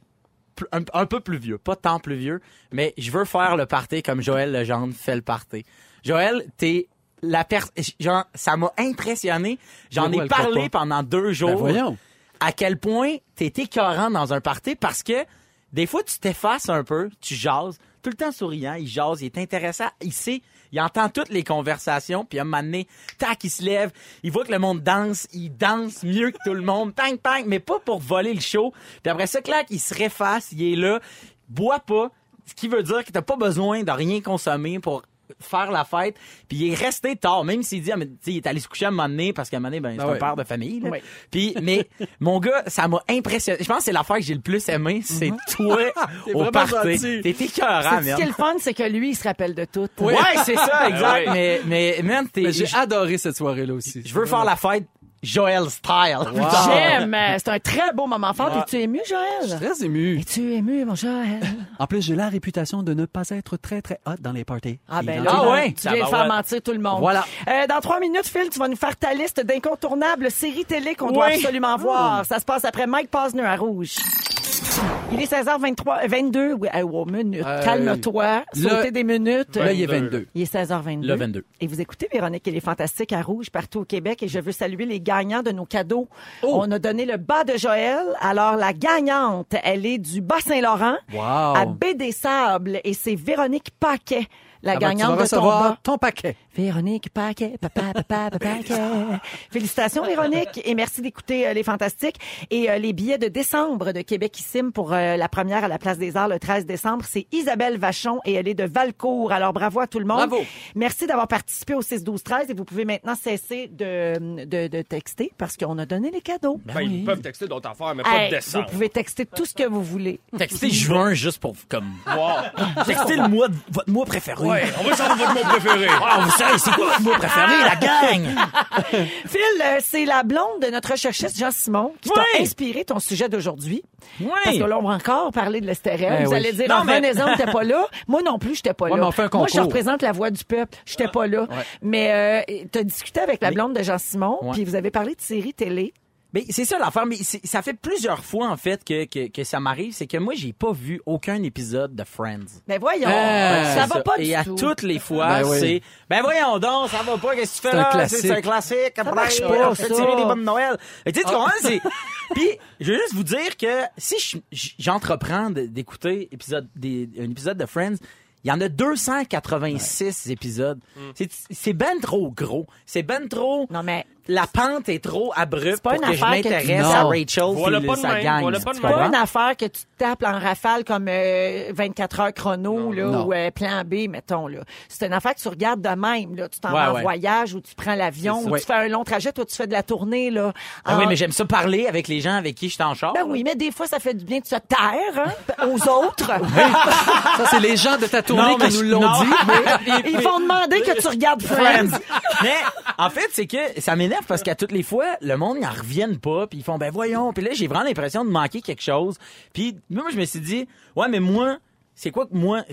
Speaker 4: pl- un, un peu plus vieux, pas tant plus vieux, mais je veux faire le party comme Joël Legendre fait le party. Joël, t'es la personne... Genre, ça m'a impressionné. J'en
Speaker 3: Je vois
Speaker 4: ai
Speaker 3: le
Speaker 4: parlé
Speaker 3: papa.
Speaker 4: pendant deux jours
Speaker 3: Ben voyons.
Speaker 4: à quel point t'es écœurant dans un party parce que des fois, tu t'effaces un peu, tu jases, tout le temps souriant, il jase, il est intéressant, il sait, il entend toutes les conversations, puis à un moment donné, tac, il se lève, il voit que le monde danse, il danse mieux que tout le monde, tank, tank, mais pas pour voler le show. Puis après ça, clac, il se réface, il est là, boit pas, ce qui veut dire que t'as pas besoin de rien consommer pour faire la fête, puis il est resté tard, même s'il dit, ah, mais, tu sais, il est allé se coucher à un moment donné, parce qu'à un moment donné, ben, c'est
Speaker 3: Ah
Speaker 4: un
Speaker 3: ouais.
Speaker 4: père de famille, là. Puis, mais, mon gars, ça m'a impressionné. Je pense que c'est l'affaire que j'ai le plus aimé, c'est toi au
Speaker 3: vraiment
Speaker 4: party.
Speaker 3: gentil.
Speaker 4: T'es
Speaker 2: Ce
Speaker 4: écœurant,
Speaker 2: qui est
Speaker 4: Ah, merde.
Speaker 2: le fun, c'est que lui, il se rappelle de tout.
Speaker 4: Ouais, c'est ça, exact.
Speaker 6: Ouais.
Speaker 4: Mais, mais, man, t'es-
Speaker 3: Mais
Speaker 4: je,
Speaker 3: Ben, J'ai adoré cette soirée-là aussi.
Speaker 4: je veux faire la fête Joël style.
Speaker 2: J'aime. C'est un très beau moment fort. Es-tu ému, Joël?
Speaker 3: Très ému.
Speaker 2: Es-tu ému, mon Joël?
Speaker 3: En plus, j'ai la réputation de ne pas être très, très hot dans les parties.
Speaker 2: Ah ben
Speaker 3: Et
Speaker 2: là,
Speaker 3: dans-
Speaker 4: Ah ouais?
Speaker 2: tu viens de
Speaker 4: Tabarouette.
Speaker 2: faire mentir tout le monde.
Speaker 3: Voilà.
Speaker 2: Euh, dans trois minutes, Phil, tu vas nous faire ta liste d'incontournables séries télé qu'on doit
Speaker 4: Oui.
Speaker 2: absolument voir. Ça se passe après Mike Posner à Rouge. Il est 16h23, euh, 22, oui, euh, wow, minutes.
Speaker 3: Euh,
Speaker 2: Calme-toi,
Speaker 3: le-
Speaker 2: sautez des minutes.
Speaker 3: Là, il est 22.
Speaker 2: Il est 16h22.
Speaker 4: Le 22.
Speaker 2: Et vous écoutez Véronique et les Fantastiques à Rouge partout au Québec. Et je veux saluer les gagnants de nos cadeaux.
Speaker 3: Oh!
Speaker 2: On a donné le bas de Joël. Alors, la gagnante, elle est du Bas-Saint-Laurent
Speaker 3: Wow.
Speaker 2: à Baie-des-Sables. Et c'est Véronique Paquet, la
Speaker 3: Ah ben, tu vas
Speaker 2: gagnante de ton
Speaker 3: recevoir
Speaker 2: bas.
Speaker 3: ton paquet.
Speaker 2: Véronique Paquet, papa, papa, papa, Paquet. Félicitations, Véronique, et merci d'écouter euh, Les Fantastiques. Et euh, les billets de décembre de Québec Issime pour euh, la première à la Place des Arts le 13 décembre, c'est Isabelle Vachon et elle est de Valcourt. Alors, bravo à tout le monde.
Speaker 3: Bravo.
Speaker 2: Merci d'avoir participé au 6-12-13 et vous pouvez maintenant cesser de, de, de texter parce qu'on a donné les cadeaux.
Speaker 6: Ben, Ils peuvent texter d'autres affaires, mais pas
Speaker 2: Hey, vous
Speaker 6: de descendre.
Speaker 2: pouvez texter tout ce que vous voulez.
Speaker 4: Textez juin juste pour, comme,
Speaker 6: Wow.
Speaker 4: textez le mois, de- votre mois préféré.
Speaker 6: Ouais, on va savoir votre mot préféré.
Speaker 4: Ah, vous savez, c'est quoi votre mois préféré, la gang?
Speaker 2: Phil, euh, c'est la blonde de notre chercheuse Jean-Simon qui t'a
Speaker 4: Oui.
Speaker 2: inspiré ton sujet d'aujourd'hui.
Speaker 4: Oui.
Speaker 2: Parce que là, on va encore parler de l'estérel.
Speaker 3: Ben
Speaker 2: Vous
Speaker 3: oui.
Speaker 2: allez dire,
Speaker 4: Non,
Speaker 2: en
Speaker 4: mais-
Speaker 2: venez-en, on n'était pas là. Moi non plus, j'étais pas
Speaker 3: Ouais,
Speaker 2: là.
Speaker 3: mais on fait un
Speaker 2: Moi, je
Speaker 3: concours.
Speaker 2: représente la voix du peuple. J'étais pas là. Mais euh, tu as discuté avec la blonde de Jean-Simon,
Speaker 4: Ouais.
Speaker 2: puis vous avez parlé de séries télé.
Speaker 4: Mais c'est ça l'affaire, mais c'est- ça fait plusieurs fois en fait que, que, que ça m'arrive, c'est que moi j'ai pas vu aucun épisode de Friends.
Speaker 2: Mais voyons,
Speaker 3: Euh,
Speaker 2: ça
Speaker 4: C'est
Speaker 2: va pas
Speaker 4: Et
Speaker 2: du
Speaker 4: à
Speaker 2: tout.
Speaker 4: toutes les fois,
Speaker 3: Ben oui.
Speaker 4: c'est ben voyons donc, ça va pas, qu'est-ce
Speaker 3: C'est
Speaker 4: que tu fais
Speaker 3: un
Speaker 4: là
Speaker 3: classique.
Speaker 4: C'est un classique. Ça Ah.
Speaker 2: marche pas, ça.
Speaker 4: tirer des bonnes Noël. Mais tu sais, tu comprends, c'est Puis je veux juste vous dire que si je- j- j'entreprends de- d'écouter épisode des, un épisode de Friends, il y en a 286 épisodes. C'est- C'est ben trop gros. C'est ben trop
Speaker 2: Non, mais
Speaker 4: la pente est trop abrupte
Speaker 2: C'est pas
Speaker 4: pour
Speaker 2: une
Speaker 4: que je
Speaker 2: affaire que tu- Ah,
Speaker 4: m'intéresse
Speaker 3: Non.
Speaker 4: à Rachel
Speaker 6: Voilà
Speaker 4: puis
Speaker 6: pas de
Speaker 4: sa
Speaker 6: même,
Speaker 4: gang.
Speaker 6: voilà pas de
Speaker 4: tu
Speaker 6: même.
Speaker 2: pas
Speaker 4: comprends?
Speaker 2: une affaire que tu tapes en rafale comme euh, 24 heures chrono là,
Speaker 3: Non.
Speaker 2: ou euh, plan B, mettons. là. C'est une affaire que tu regardes de même. Là. Tu t'en
Speaker 4: Ouais,
Speaker 2: vas en
Speaker 4: ouais.
Speaker 2: voyage ou tu prends l'avion
Speaker 4: C'est
Speaker 2: ou
Speaker 4: ça.
Speaker 2: tu fais un long trajet, toi tu fais de la tournée. Là,
Speaker 4: Ah oui,
Speaker 2: En-
Speaker 4: mais j'aime ça parler avec les gens avec qui je suis en char.
Speaker 2: Ben oui, mais des fois, ça fait du bien de se taire hein, aux autres.
Speaker 3: Ça, c'est les gens de ta tournée
Speaker 4: Non, mais
Speaker 3: qui nous
Speaker 4: je-
Speaker 3: l'ont
Speaker 4: non.
Speaker 3: dit.
Speaker 2: Ils vont demander que tu regardes Friends.
Speaker 4: Friends. mais en fait, c'est que ça m'énerve parce qu'à toutes les fois, le monde n'en reviennent pas, puis ils font ben voyons, puis là j'ai vraiment l'impression de manquer quelque chose. Puis moi je me suis dit ouais mais moi c'est quoi que moi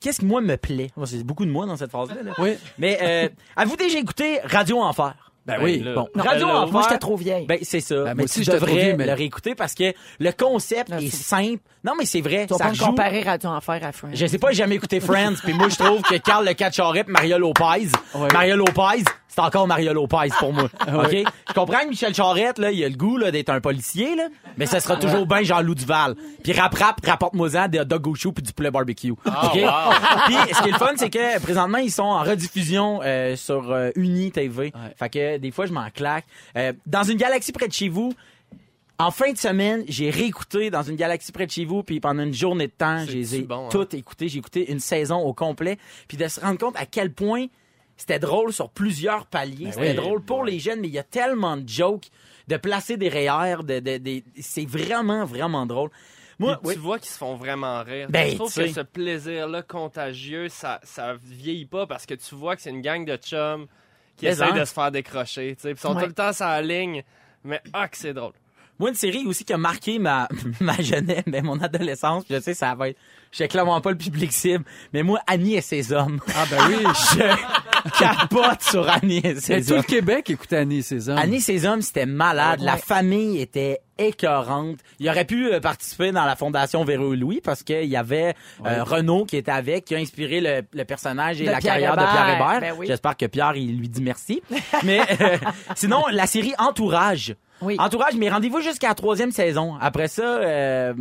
Speaker 4: qu'est-ce qui moi me plaît Moi, C'est beaucoup de moi dans cette phrase là.
Speaker 3: Oui.
Speaker 4: Mais euh, avez-vous déjà écouté Radio Enfer
Speaker 3: Ben oui.
Speaker 6: là.
Speaker 3: Bon.
Speaker 2: Non, euh,
Speaker 4: Radio
Speaker 2: moi,
Speaker 4: Enfer.
Speaker 2: j'étais trop vieille.
Speaker 4: Ben, c'est ça.
Speaker 3: moi
Speaker 4: mais
Speaker 3: aussi,
Speaker 4: tu
Speaker 3: j'étais trop
Speaker 4: devrais
Speaker 3: vieux, mais-
Speaker 4: le réécouter parce que le concept est simple. Non, mais c'est vrai.
Speaker 2: Tu vas
Speaker 4: ça
Speaker 2: pas me
Speaker 4: joue.
Speaker 2: comparer Radio Enfer à Friends.
Speaker 4: Je sais pas, j'ai jamais écouté Friends, puis moi, je trouve que Carl le Catcharet puis Mario Lopez, Mario Lopez, c'est encore Mario Lopez pour moi. OK? Je comprends que Michel Charette, là, il a le goût, là, d'être un policier, là, mais ça sera toujours bien Jean-Loup Duval. Puis rap-rap, rapporte-moi-en des hot dogs au chou puis du poulet barbecue.
Speaker 3: Ah,
Speaker 6: Ah,
Speaker 4: OK? Puis ce qui est le fun, c'est que présentement, ils sont en rediffusion euh, sur euh, Uni TV. Fait que des fois, je m'en claque. Euh, dans une galaxie près de chez vous, en fin de semaine, j'ai réécouté dans une galaxie près de chez vous, puis pendant une journée de temps,
Speaker 6: C'est
Speaker 4: j'ai
Speaker 6: bon, hein?
Speaker 4: tout écouté. J'ai écouté une saison au complet, puis de se rendre compte à quel point c'était drôle sur plusieurs
Speaker 6: Ben
Speaker 4: paliers. c'était
Speaker 3: oui.
Speaker 4: drôle pour les jeunes, mais il y a tellement de jokes, de placer des REER, de, de- de- c'est vraiment, vraiment drôle. Moi,
Speaker 6: Puis
Speaker 4: oui.
Speaker 6: Tu vois qu'ils se font vraiment rire.
Speaker 4: Ben,
Speaker 6: je trouve
Speaker 4: tu sais.
Speaker 6: que ce plaisir-là contagieux, ça, ça vieillit pas parce que tu vois que c'est une gang de chums qui
Speaker 4: Mais
Speaker 6: essaient
Speaker 4: hein.
Speaker 6: de se faire décrocher. tu sais, puis Ils sont
Speaker 2: Ouais.
Speaker 6: tout le temps sur la ligne, mais ah que c'est drôle.
Speaker 4: Moi, une série aussi qui a marqué ma, ma jeunesse, ben, mon adolescence, puis je sais, ça va être, je sais clairement pas le public cible, mais moi, Annie et ses hommes. Ah, ben oui. je capote sur Annie et
Speaker 3: Mais
Speaker 4: ses
Speaker 3: tout
Speaker 4: hommes.
Speaker 3: le Québec écoutait Annie et ses hommes.
Speaker 4: Annie et ses hommes, c'était malade. La famille était écœurante. Il aurait pu euh, participer dans la fondation Véro et Louis parce qu'il y avait euh, Renaud qui était avec, qui a inspiré le, le personnage et
Speaker 2: De
Speaker 4: la
Speaker 2: Pierre
Speaker 4: carrière de
Speaker 2: Hébert.
Speaker 4: Pierre Hébert.
Speaker 2: Ben oui.
Speaker 4: J'espère que Pierre, il lui dit merci. Mais euh, sinon, la série Entourage.
Speaker 2: Oui.
Speaker 4: Entourage, mais rendez-vous jusqu'à la troisième saison. Après ça, euh,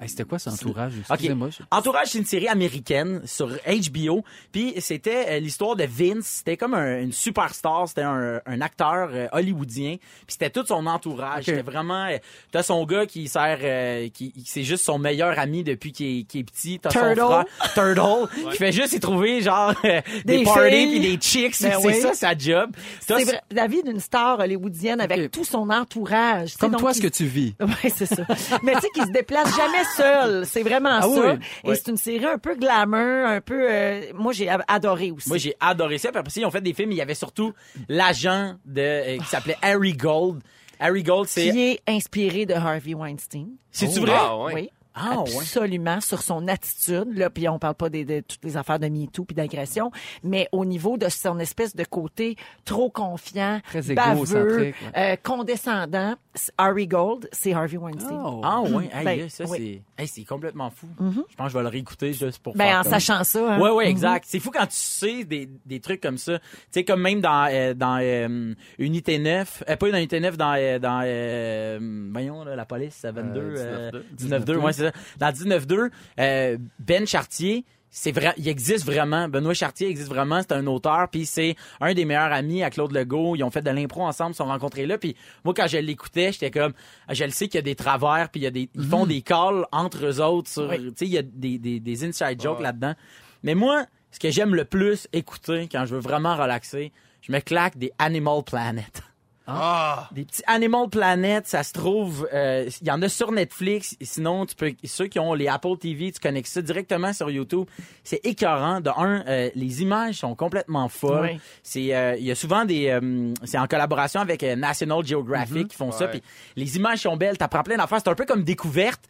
Speaker 3: Hey, C'était quoi son entourage?
Speaker 4: Ok.
Speaker 3: Excusez-moi. je-
Speaker 4: Entourage, c'est une série américaine sur HBO. Puis c'était euh, l'histoire de Vince. C'était comme un- une superstar. C'était un, un acteur euh, hollywoodien. Puis c'était tout son entourage. C'était vraiment... euh, T'as son gars qui sert... euh, qui, qui- c'est juste son meilleur ami depuis qu'il est, qu'il est petit. T'as son
Speaker 2: Turtle.
Speaker 4: frère, Turtle. Qui fait juste y trouver, genre, euh, des,
Speaker 2: Des
Speaker 4: parties
Speaker 2: filles.
Speaker 4: puis des chicks.
Speaker 2: Ben
Speaker 4: c'est
Speaker 2: oui.
Speaker 4: ça, sa job. T'as
Speaker 2: C'est vrai, la vie d'une star hollywoodienne avec
Speaker 3: Ok.
Speaker 2: tout son entourage. Tu sais,
Speaker 3: Comme
Speaker 2: donc,
Speaker 3: toi, ce
Speaker 2: il-
Speaker 3: que tu vis.
Speaker 2: Oui, c'est ça. Mais tu sais qu'il se déplace jamais seul. C'est vraiment
Speaker 3: Ah
Speaker 2: ça.
Speaker 3: oui,
Speaker 2: Et c'est une série un peu glamour, un peu. euh, moi, j'ai a- adoré aussi.
Speaker 4: Moi, j'ai adoré ça. Puis après ça, ils ont fait des films. Il y avait surtout l'agent de euh, qui s'appelait Harry Gold. Harry Gold,
Speaker 2: qui
Speaker 4: c'est...
Speaker 2: est inspiré de Harvey Weinstein.
Speaker 4: C'est-tu
Speaker 6: Oh.
Speaker 4: vrai?
Speaker 6: Ah, ouais.
Speaker 2: Oui.
Speaker 4: Ah, ouais.
Speaker 2: Absolument sur son attitude là puis on parle pas des- de, toutes les affaires de MeToo puis d'agression mais au niveau de son espèce de côté trop confiant
Speaker 3: Très
Speaker 2: baveux
Speaker 3: égocentrique, ouais.
Speaker 2: euh, condescendant c'est Harry Gold c'est Harvey Weinstein
Speaker 3: Oh.
Speaker 4: Ah ouais, hey,
Speaker 2: Ben,
Speaker 4: là, ça
Speaker 2: oui. Mm-hmm.
Speaker 4: c'est hey, c'est complètement fou. Je pense que je vais le réécouter juste pour
Speaker 2: ben
Speaker 4: faire
Speaker 2: en
Speaker 4: comme-
Speaker 2: sachant ça hein.
Speaker 4: Ouais ouais, exact. C'est fou quand tu sais des, des trucs comme ça. Tu sais comme même dans euh, dans euh, Unité 9, euh, pas dans Unité 9 dans euh, dans euh, voyons là, la police à 22 euh,
Speaker 6: 19-2.
Speaker 4: 19 2, ouais, c'est ça. Dans 19 2, euh, Ben Chartier c'est vrai, il existe vraiment. Benoît Chartier existe vraiment. C'est un auteur, puis c'est un des meilleurs amis à Claude Legault. Ils ont fait de l'impro ensemble, ils se sont rencontrés là. Puis moi, quand je l'écoutais, j'étais comme, ah, je le sais qu'il y a des travers, puis il y a des, ils font des calls entre eux autres sur, tu sais, il y a des, des, des inside jokes là-dedans. Mais moi, ce que j'aime le plus écouter quand je veux vraiment relaxer, je me claque des Animal Planet.
Speaker 6: Ah!
Speaker 4: Des petits Animal Planet, ça se trouve, euh, il y en a sur Netflix. Sinon, tu peux ceux qui ont les Apple TV, tu connectes ça directement sur YouTube. C'est écœurant. De un, euh, les images sont complètement folles.
Speaker 2: Oui.
Speaker 4: C'est, euh, il y a souvent des, euh, c'est en collaboration avec euh, National Geographic
Speaker 2: Mm-hmm.
Speaker 4: qui font ça.
Speaker 6: Ouais.
Speaker 4: Puis les images sont belles. T'apprends plein d'affaires. C'est un peu comme découverte,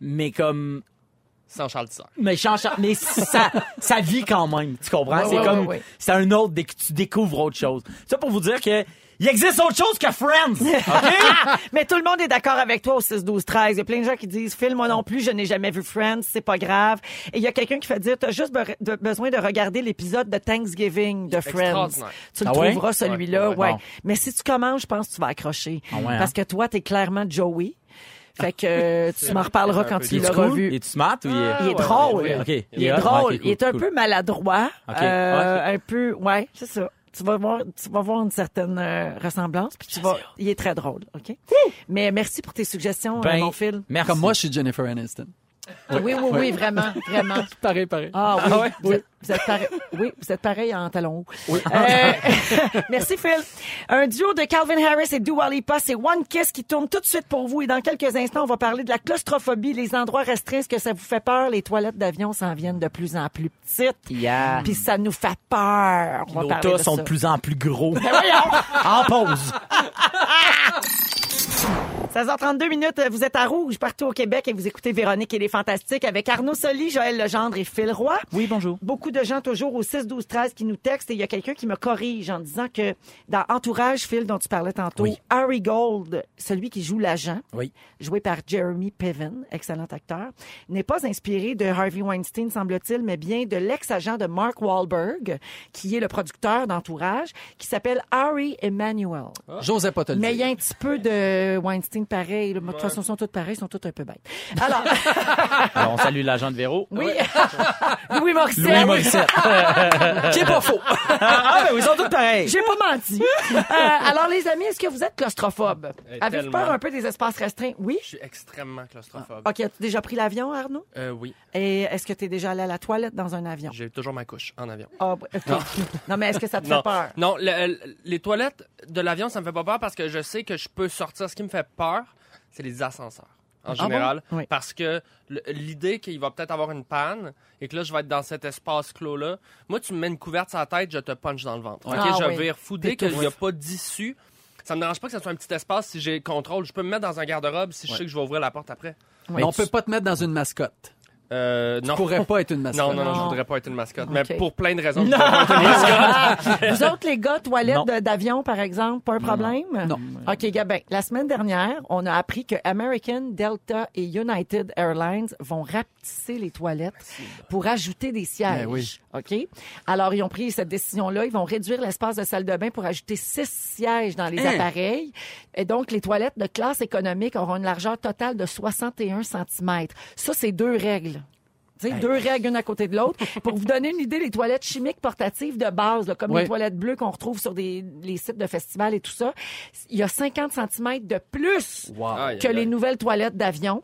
Speaker 4: mais comme
Speaker 6: Sans Charles Tisseur.
Speaker 4: mais, chan- chan- mais ça, ça vit quand même, tu comprends? c'est
Speaker 2: ouais,
Speaker 4: comme,
Speaker 2: ouais, ouais.
Speaker 4: c'est un autre, dès que tu découvres autre chose. Ça pour vous dire que, il existe autre chose que Friends! OK?
Speaker 2: Mais tout le monde est d'accord avec toi au 6 12 13. Il y a plein de gens qui disent Phil moi non plus, je n'ai jamais vu Friends, c'est pas grave. Et il y a quelqu'un qui fait dire t'as juste be- de- besoin de regarder l'épisode de Thanksgiving de Friends.
Speaker 6: Extraordinaire.
Speaker 2: Tu le
Speaker 4: Ah ouais?
Speaker 2: trouveras celui-là,
Speaker 6: Ouais,
Speaker 2: ouais.
Speaker 4: ouais.
Speaker 2: Mais si tu commences, je pense que tu vas accrocher
Speaker 4: Ah ouais, hein?
Speaker 2: parce que toi t'es clairement Joey. Fait que euh, tu m'en reparleras quand
Speaker 6: peu
Speaker 2: tu
Speaker 4: Il
Speaker 2: l'auras vu.
Speaker 4: Il est smart ou il est...
Speaker 2: Il est
Speaker 6: ouais,
Speaker 2: drôle.
Speaker 6: ouais, ouais.
Speaker 4: Ok.
Speaker 2: ben Il est
Speaker 4: Ah,
Speaker 2: drôle.
Speaker 4: ok, cool,
Speaker 2: il est un
Speaker 4: cool.
Speaker 2: peu maladroit.
Speaker 4: Ok,
Speaker 2: euh, Un peu. Ouais, c'est ça. Tu vas voir, tu vas voir une certaine euh, ressemblance, puis tu vas. Il est très drôle, ok. Mais merci pour tes suggestions,
Speaker 4: Ben,
Speaker 2: euh, mon Phil.
Speaker 4: Merci.
Speaker 3: Comme moi, je suis Jennifer Aniston.
Speaker 2: Oui, oui, oui, vraiment, vraiment.
Speaker 3: Pareil, pareil.
Speaker 2: Ah oui, vous, êtes, vous êtes pareil. Oui, vous êtes pareil en talons hauts. Euh, merci Phil. Un duo de Calvin Harris et Dua Lipa, c'est One Kiss qui tourne tout de suite pour vous et dans quelques instants, on va parler de la claustrophobie, les endroits restreints, ce que ça vous fait peur, les toilettes d'avion s'en viennent de plus en plus petites.
Speaker 4: Yeah.
Speaker 2: Puis ça nous fait peur. On va
Speaker 4: Nos
Speaker 2: parler
Speaker 4: tas
Speaker 2: de
Speaker 4: sont
Speaker 2: ça.
Speaker 4: de plus en plus gros. en pause.
Speaker 2: 16h32 minutes, vous êtes à Rouge partout au Québec et vous écoutez Véronique et les Fantastiques avec Arnaud Soli, Joël Legendre et Phil Roy.
Speaker 4: Oui, bonjour.
Speaker 2: Beaucoup de gens toujours au 6 12 13 qui nous textent et il y a quelqu'un qui me corrige en disant que dans Entourage Phil dont tu parlais tantôt,
Speaker 4: Oui.
Speaker 2: Harry Gold, celui qui joue l'agent,
Speaker 4: Oui.
Speaker 2: joué par Jeremy Piven, excellent acteur, n'est pas inspiré de Harvey Weinstein, semble-t-il, mais bien de l'ex-agent de Mark Wahlberg, qui est le producteur d'Entourage, qui s'appelle Harry Emmanuel.
Speaker 3: J'osais pas te le
Speaker 2: Ah. Mais il y
Speaker 3: dire.
Speaker 2: a un petit peu de Weinstein pareil. là. De toute façon, ils sont tous pareils, ils sont tous un peu bêtes. Alors,
Speaker 4: Alors, on salue l'agent de Véro.
Speaker 2: oui. Louis Morissette.
Speaker 4: Louis Morissette.
Speaker 3: Qui est pas faux.
Speaker 4: ah, ben, ils sont tous pareils.
Speaker 2: J'ai pas menti. Euh, alors, les amis, est-ce que vous êtes claustrophobe?
Speaker 6: Euh,
Speaker 2: Avez-vous
Speaker 6: tellement.
Speaker 2: peur un peu des espaces restreints? Oui.
Speaker 6: Je suis extrêmement claustrophobe.
Speaker 4: Ah,
Speaker 2: OK, as-tu déjà pris l'avion, Arnaud?
Speaker 6: Euh, oui,
Speaker 2: Et est-ce que tu es déjà allé à la toilette dans un avion?
Speaker 6: j'ai toujours ma couche en avion.
Speaker 2: Ah, b- ok. Non, mais est-ce que ça te fait
Speaker 6: Non,
Speaker 2: peur?
Speaker 6: non le- le- les toilettes de l'avion, ça me fait pas peur parce que je sais que je peux sortir. Ce qui me fait peur, c'est les ascenseurs. En général,
Speaker 2: Ah Oui.
Speaker 6: parce que le- l'idée qu'il va peut-être avoir une panne et que là, je vais être dans cet espace clos-là, moi, tu me mets une couverte sur la tête, je te punch dans le ventre. Ok,
Speaker 2: Ah
Speaker 6: je
Speaker 2: oui.
Speaker 6: vire fou. Dès
Speaker 2: T'es
Speaker 6: qu'il n'y a pas d'issue, ça me dérange pas que ça soit un petit espace si j'ai le contrôle. Je peux me mettre dans un garde-robe si je sais que je vais ouvrir la porte après.
Speaker 3: Mais on peut pas te mettre dans une mascotte.
Speaker 6: Euh, non.
Speaker 3: Tu pourrais pas être une mascotte.
Speaker 6: Non, non, non, je voudrais pas être une mascotte. Mais
Speaker 2: Ah. Ok.
Speaker 6: pour plein de raisons. je voudrais pas être une mascotte.
Speaker 2: Vous autres, les gars,
Speaker 4: Non.
Speaker 2: toilettes de- d'avion, par exemple, pas un problème?
Speaker 3: Non.
Speaker 2: OK, gars, ben, la semaine dernière, on a appris que American, Delta et United Airlines vont rapetisser les toilettes pour ajouter des sièges.
Speaker 3: Ben oui.
Speaker 2: OK? Alors, ils ont pris cette décision-là. Ils vont réduire l'espace de salle de bain pour ajouter six sièges dans
Speaker 3: Hein?
Speaker 2: les appareils. Et donc, les toilettes de classe économique auront une largeur totale de 61 cm. Ça, c'est deux règles. Tu sais, Deux règles, une à côté de l'autre. Pour vous donner une idée, les toilettes chimiques portatives de base, là, comme
Speaker 3: Oui.
Speaker 2: les toilettes bleues qu'on retrouve sur des, les sites de festivals et tout ça, il y a 50 cm de plus
Speaker 6: Aïe,
Speaker 2: que
Speaker 6: aïe,
Speaker 2: les
Speaker 6: aïe.
Speaker 2: nouvelles toilettes d'avion.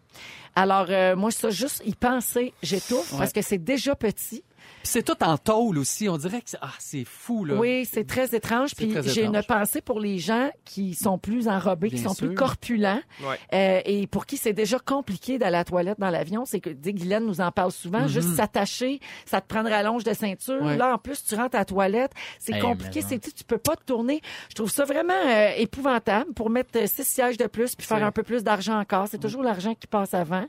Speaker 2: Alors, euh, moi, ça, juste y penser, j'étouffe parce que c'est déjà petit.
Speaker 3: Puis c'est tout en tôle aussi. On dirait que c'est, ah, c'est fou, là.
Speaker 2: Oui, c'est très étrange. Puis
Speaker 3: très
Speaker 2: j'ai
Speaker 3: étrange.
Speaker 2: une pensée pour les gens qui sont plus enrobés, qui
Speaker 3: Bien
Speaker 2: sont
Speaker 3: sûr.
Speaker 2: plus corpulents
Speaker 6: Ouais.
Speaker 2: euh, et pour qui c'est déjà compliqué d'aller à la toilette dans l'avion. C'est que, des Guylaine nous en parle souvent,
Speaker 6: Mm-hmm.
Speaker 2: juste s'attacher, ça te prendrait la longe de ceinture.
Speaker 3: Ouais.
Speaker 2: Là, en plus, tu rentres à la toilette, c'est
Speaker 6: Eh,
Speaker 4: Hey,
Speaker 2: compliqué.
Speaker 4: mais
Speaker 2: C'est tu peux pas te tourner. Je trouve ça vraiment euh, épouvantable pour mettre euh, six sièges de plus puis faire un peu plus d'argent encore.
Speaker 6: Mm-hmm.
Speaker 2: C'est toujours l'argent qui passe avant.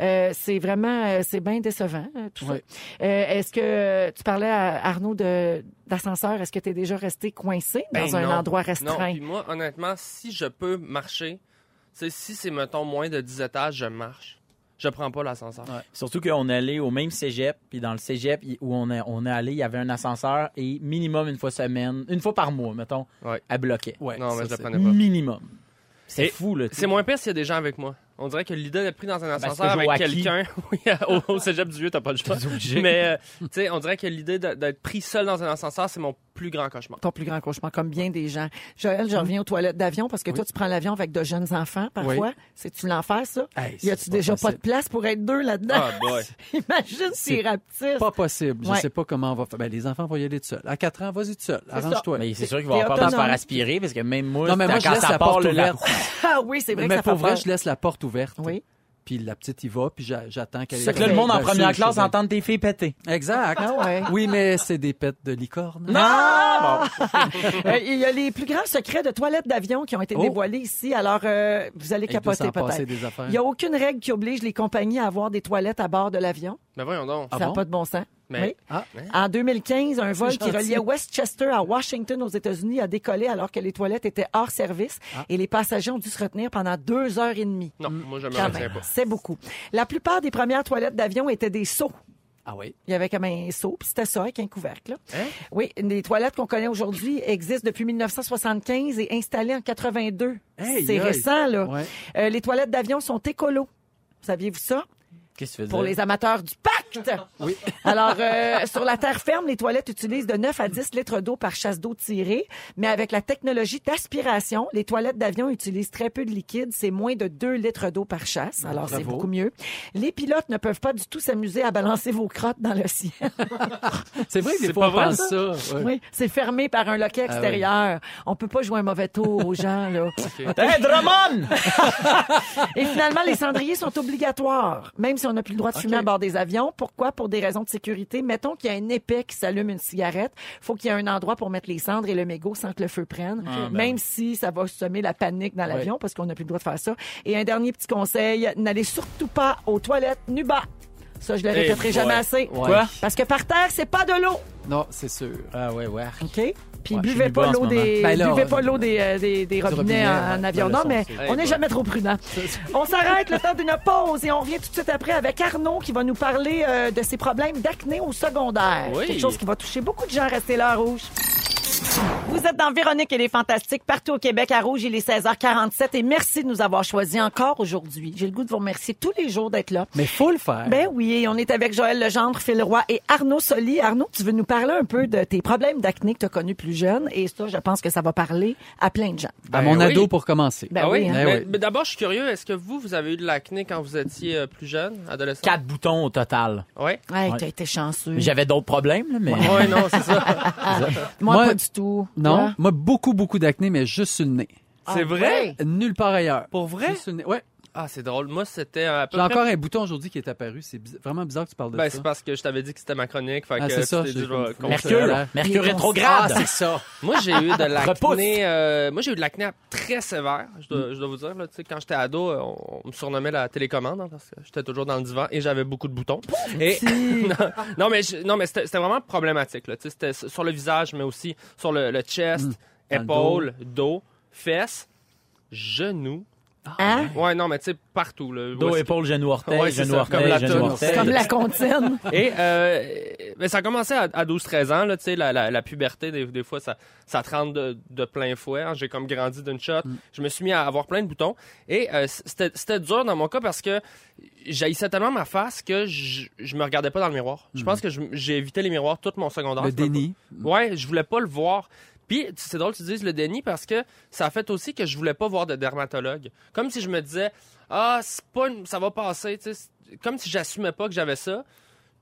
Speaker 2: Euh, c'est vraiment, euh, c'est bien décevant, euh, tout
Speaker 3: Ouais.
Speaker 2: ça. Euh, Est-ce que euh, tu parlais à Arnaud de d'ascenseur, est-ce que tu es déjà resté coincé dans
Speaker 6: Ben
Speaker 2: un
Speaker 6: non.
Speaker 2: endroit
Speaker 6: Non,
Speaker 2: restreint?
Speaker 6: puis moi, honnêtement, si je peux marcher, tu sais, si c'est, mettons, moins de 10 étages, je marche. Je prends pas l'ascenseur.
Speaker 4: Surtout qu'on allait au même cégep, puis dans le cégep il- où on est, on est allé, il y avait un ascenseur et minimum une fois semaine, une fois par mois, mettons,
Speaker 6: Ouais.
Speaker 4: à bloquer.
Speaker 3: Ouais,
Speaker 6: non, mais
Speaker 3: ça,
Speaker 6: je le
Speaker 3: c'est-
Speaker 6: prenais
Speaker 4: Mm.
Speaker 6: pas.
Speaker 4: Minimum. C'est
Speaker 6: Et
Speaker 4: fou, là. tu sais.
Speaker 6: C'est moins pire s'il y a des gens avec moi. On dirait que l'idée d'être pris dans
Speaker 3: Ben,
Speaker 6: un
Speaker 4: c'est
Speaker 6: ascenseur
Speaker 4: toujours
Speaker 6: avec
Speaker 4: acquis.
Speaker 6: quelqu'un oui, au, au cégep du vieux, t'as pas le choix. Mais, euh, tu sais, on dirait que l'idée de- d'être pris seul dans un ascenseur, c'est mon plus grand cauchemar.
Speaker 2: Ton plus grand cauchemar, comme bien des gens. Joël,
Speaker 3: Hum.
Speaker 2: je reviens aux toilettes d'avion parce que toi, tu prends l'avion avec de jeunes enfants parfois. C'est-tu l'enfer, ça?
Speaker 3: Hey,
Speaker 2: y a-tu
Speaker 3: Ah, c'est
Speaker 2: déjà
Speaker 3: possible.
Speaker 2: pas de place pour être deux là-dedans?
Speaker 6: Ah, boy.
Speaker 2: Imagine s'ils rapetissent.
Speaker 3: Pas possible. Je
Speaker 2: Ouais.
Speaker 3: sais pas comment on va faire. Ben, les enfants vont y aller tout seuls. À 4 ans, vas-y tout seul. Arrange-toi.
Speaker 4: Mais c'est sûr qu'il va
Speaker 2: t'es
Speaker 4: avoir peur de se
Speaker 2: autonome.
Speaker 4: faire aspirer, parce que même moi,
Speaker 3: Non, mais moi, je
Speaker 4: quand
Speaker 3: laisse
Speaker 4: ça
Speaker 3: la
Speaker 4: part,
Speaker 3: porte
Speaker 4: là, la-
Speaker 3: ouverte.
Speaker 2: Ah oui, c'est vrai que
Speaker 3: Mais
Speaker 2: ça
Speaker 3: pour
Speaker 2: fait
Speaker 3: vrai,
Speaker 2: peur.
Speaker 3: je laisse la porte ouverte.
Speaker 2: Oui.
Speaker 3: Puis la petite y va, puis j'a- j'attends qu'elle Ben,
Speaker 4: Fait que là, le monde en première classe entend tes filles péter.
Speaker 3: Exact.
Speaker 2: Ah ouais.
Speaker 3: Oui, mais c'est des pets de licorne.
Speaker 4: Non!
Speaker 2: Euh, Il y a les plus grands secrets de toilettes d'avion qui ont été
Speaker 3: Oh.
Speaker 2: dévoilés ici. Alors, euh, vous allez
Speaker 3: Il doit
Speaker 2: capoter
Speaker 3: s'en passer
Speaker 2: peut-être.
Speaker 3: des affaires.
Speaker 2: Il n'y a aucune règle qui oblige les compagnies à avoir des toilettes à bord de l'avion.
Speaker 6: Mais voyons donc.
Speaker 3: Ah
Speaker 2: ça n'a
Speaker 3: bon?
Speaker 2: pas de bon sens.
Speaker 6: Mais-
Speaker 2: Oui.
Speaker 3: Ah.
Speaker 2: En 2015, un vol qui
Speaker 3: gentil.
Speaker 2: reliait Westchester à Washington aux États-Unis a décollé alors que les toilettes étaient hors service
Speaker 3: Ah.
Speaker 2: et les passagers ont dû se retenir pendant deux heures et demie.
Speaker 6: Non,
Speaker 3: Mm.
Speaker 6: moi, je me
Speaker 2: Quand
Speaker 6: retiens
Speaker 2: même,
Speaker 6: pas.
Speaker 2: Ah, ben, C'est beaucoup. La plupart des premières toilettes d'avion étaient des seaux.
Speaker 3: Ah oui.
Speaker 2: Il y avait comme un seau, puis c'était ça, avec un couvercle. là.
Speaker 3: Hein?
Speaker 2: Oui, les toilettes qu'on connaît aujourd'hui existent depuis 1975 et installées en 82.
Speaker 3: Hey,
Speaker 2: C'est
Speaker 3: aïe.
Speaker 2: récent, là.
Speaker 3: Ouais.
Speaker 2: Euh, les toilettes d'avion sont écolo. Saviez-vous ça?
Speaker 4: Qu'est-ce que tu
Speaker 2: Pour
Speaker 4: veux dire?
Speaker 2: les amateurs du pacte! Oui. Alors, euh, sur la terre ferme, les toilettes utilisent de 9 à 10 litres d'eau par chasse d'eau tirée. Mais avec la technologie d'aspiration, les toilettes d'avion utilisent très peu de liquide. C'est moins de 2 litres d'eau par chasse. Alors, c'est
Speaker 3: Bravo.
Speaker 2: beaucoup mieux. Les pilotes ne peuvent pas du tout s'amuser à balancer vos crottes dans le ciel.
Speaker 3: C'est vrai que des
Speaker 6: C'est
Speaker 3: fois, on
Speaker 6: pas vrai,
Speaker 3: pense ça. Ouais.
Speaker 2: Oui, Ah c'est fermé par un loquet extérieur. On peut pas jouer un mauvais tour aux gens là.
Speaker 4: Hey, Drummond!
Speaker 2: Et finalement, les cendriers sont obligatoires, même si on n'a plus le droit de fumer à bord des avions. Pourquoi Pour des raisons de sécurité. Mettons qu'il y a un épais qui s'allume une cigarette, faut qu'il y ait un endroit pour mettre les cendres et le mégot sans que le feu prenne, même si ça va semer la panique dans l'avion parce qu'on n'a plus le droit de faire ça. Et un dernier petit conseil, n'allez surtout pas aux toilettes nu bas. Ça, je le répéterai
Speaker 6: boy.
Speaker 2: jamais assez.
Speaker 3: Quoi?
Speaker 2: Parce que par terre, c'est pas de l'eau.
Speaker 3: Non, c'est sûr.
Speaker 4: Ah ouais, ouais.
Speaker 2: OK? Puis
Speaker 4: Ouais, je
Speaker 2: buvez
Speaker 4: suis bas
Speaker 2: pas
Speaker 4: en
Speaker 2: l'eau
Speaker 4: ce moment.
Speaker 2: des,
Speaker 3: Ben là,
Speaker 2: buvez
Speaker 3: on-
Speaker 2: pas l'eau des, euh, des, des robinets
Speaker 3: robinet,
Speaker 2: en, en
Speaker 3: ouais,
Speaker 2: avion.
Speaker 3: pas
Speaker 2: Non,
Speaker 3: le
Speaker 2: mais
Speaker 3: son,
Speaker 2: on n'est jamais trop prudent. On s'arrête le temps d'une pause et on revient tout de suite après avec Arnaud qui va nous parler euh, de ses problèmes d'acné au secondaire.
Speaker 6: Oui.
Speaker 2: Quelque chose qui va toucher beaucoup de gens. Restez là, Rouge. Vous êtes dans Véronique et les Fantastiques partout au Québec à Rouge. Il est 16h47 et merci de nous avoir choisis encore aujourd'hui. J'ai le goût de vous remercier tous les jours d'être là.
Speaker 3: Mais faut le faire.
Speaker 2: Ben oui, et on est avec Joël Legendre, Phil Roy et Arnaud Soli. Arnaud, tu veux nous parler un peu de tes problèmes d'acné que tu as connus plus jeune et ça, je pense que ça va parler à plein de gens.
Speaker 3: à Ben, mon
Speaker 6: Ben oui.
Speaker 3: ado pour commencer.
Speaker 2: Ben
Speaker 6: Ah oui?
Speaker 2: hein.
Speaker 3: Ben
Speaker 6: mais,
Speaker 3: oui.
Speaker 6: mais d'abord, je suis curieux, est-ce que vous, vous avez eu de l'acné quand vous étiez euh, plus jeune, adolescent?
Speaker 4: Quatre boutons au total.
Speaker 6: Oui.
Speaker 2: Hey,
Speaker 4: Ouais.
Speaker 2: t'as été chanceux.
Speaker 4: J'avais d'autres problèmes, là, mais...
Speaker 6: Oui, non, c'est ça.
Speaker 2: Moi,
Speaker 3: Moi-
Speaker 2: pas du tout. Ah
Speaker 3: Non,
Speaker 2: Toi?
Speaker 3: moi beaucoup beaucoup d'acné mais juste sur le nez.
Speaker 6: c'est vrai?
Speaker 3: Nulle part ailleurs.
Speaker 6: Pour vrai?
Speaker 3: Juste sur le nez. Ouais.
Speaker 6: Ah, c'est drôle. Moi, c'était euh, à peu
Speaker 3: J'ai
Speaker 6: près...
Speaker 3: encore un bouton aujourd'hui qui est apparu. C'est biz- vraiment bizarre que tu parles de
Speaker 6: Ben,
Speaker 3: ça.
Speaker 6: c'est parce que je t'avais dit que c'était ma chronique. Fait
Speaker 3: Ah,
Speaker 6: que
Speaker 3: c'est
Speaker 6: tu
Speaker 3: ça,
Speaker 6: t'es
Speaker 3: je
Speaker 6: dit,
Speaker 3: l'ai
Speaker 6: je vais
Speaker 3: compris.
Speaker 6: continuer.
Speaker 4: Mercure,
Speaker 3: là.
Speaker 4: Mercure
Speaker 2: Il est
Speaker 3: Ah,
Speaker 4: rétrograde.
Speaker 3: c'est ça.
Speaker 6: Moi, j'ai eu de
Speaker 4: Repousse.
Speaker 6: l'acné. euh, moi, j'ai eu de l'acné très sévère. Je
Speaker 3: Mm.
Speaker 6: dois, je dois vous dire, là, tu sais, quand j'étais ado, euh, on, on me surnommait la télécommande hein, parce que j'étais toujours dans le divan et j'avais beaucoup de boutons. Et, non, non, mais, je- non, mais c'était c'était vraiment problématique. Là, tu sais, c'était sur le visage, mais aussi sur le, le chest,
Speaker 3: Mm. Dans le
Speaker 6: épaules, dos, fesses, genoux.
Speaker 2: Hein?
Speaker 6: Ouais, non, mais tu sais, partout. Là, Où
Speaker 4: Dos,
Speaker 6: est-ce
Speaker 4: épaule, genou, orteil,
Speaker 6: Ouais, c'est
Speaker 4: genou,
Speaker 6: ça, comme la
Speaker 4: orteil, genou,
Speaker 6: toune.
Speaker 4: orteil.
Speaker 2: Comme la contienne.
Speaker 6: Et euh, mais ça a commencé à, à 12-13 ans, là, tu sais, la, la, la puberté, des, des fois, ça, ça te rentre de, de plein fouet. hein. J'ai comme grandi d'une shot.
Speaker 3: Mm.
Speaker 6: Je me suis mis à avoir plein de boutons. Et euh, c'était c'était dur dans mon cas parce que j'haïssais tellement ma face que je, je me regardais pas dans le miroir. Je pense que je- j'ai évité les miroirs tout mon secondaire.
Speaker 3: Mm. Le
Speaker 6: Je me-
Speaker 3: déni.
Speaker 6: Ouais, je voulais pas le voir. Puis tu- c'est drôle que tu dises le déni parce que ça a fait aussi que je voulais pas voir de dermatologue. Comme si je me disais ah c'est pas une- ça va passer, tu sais, c'est- comme si j'assumais pas que j'avais ça.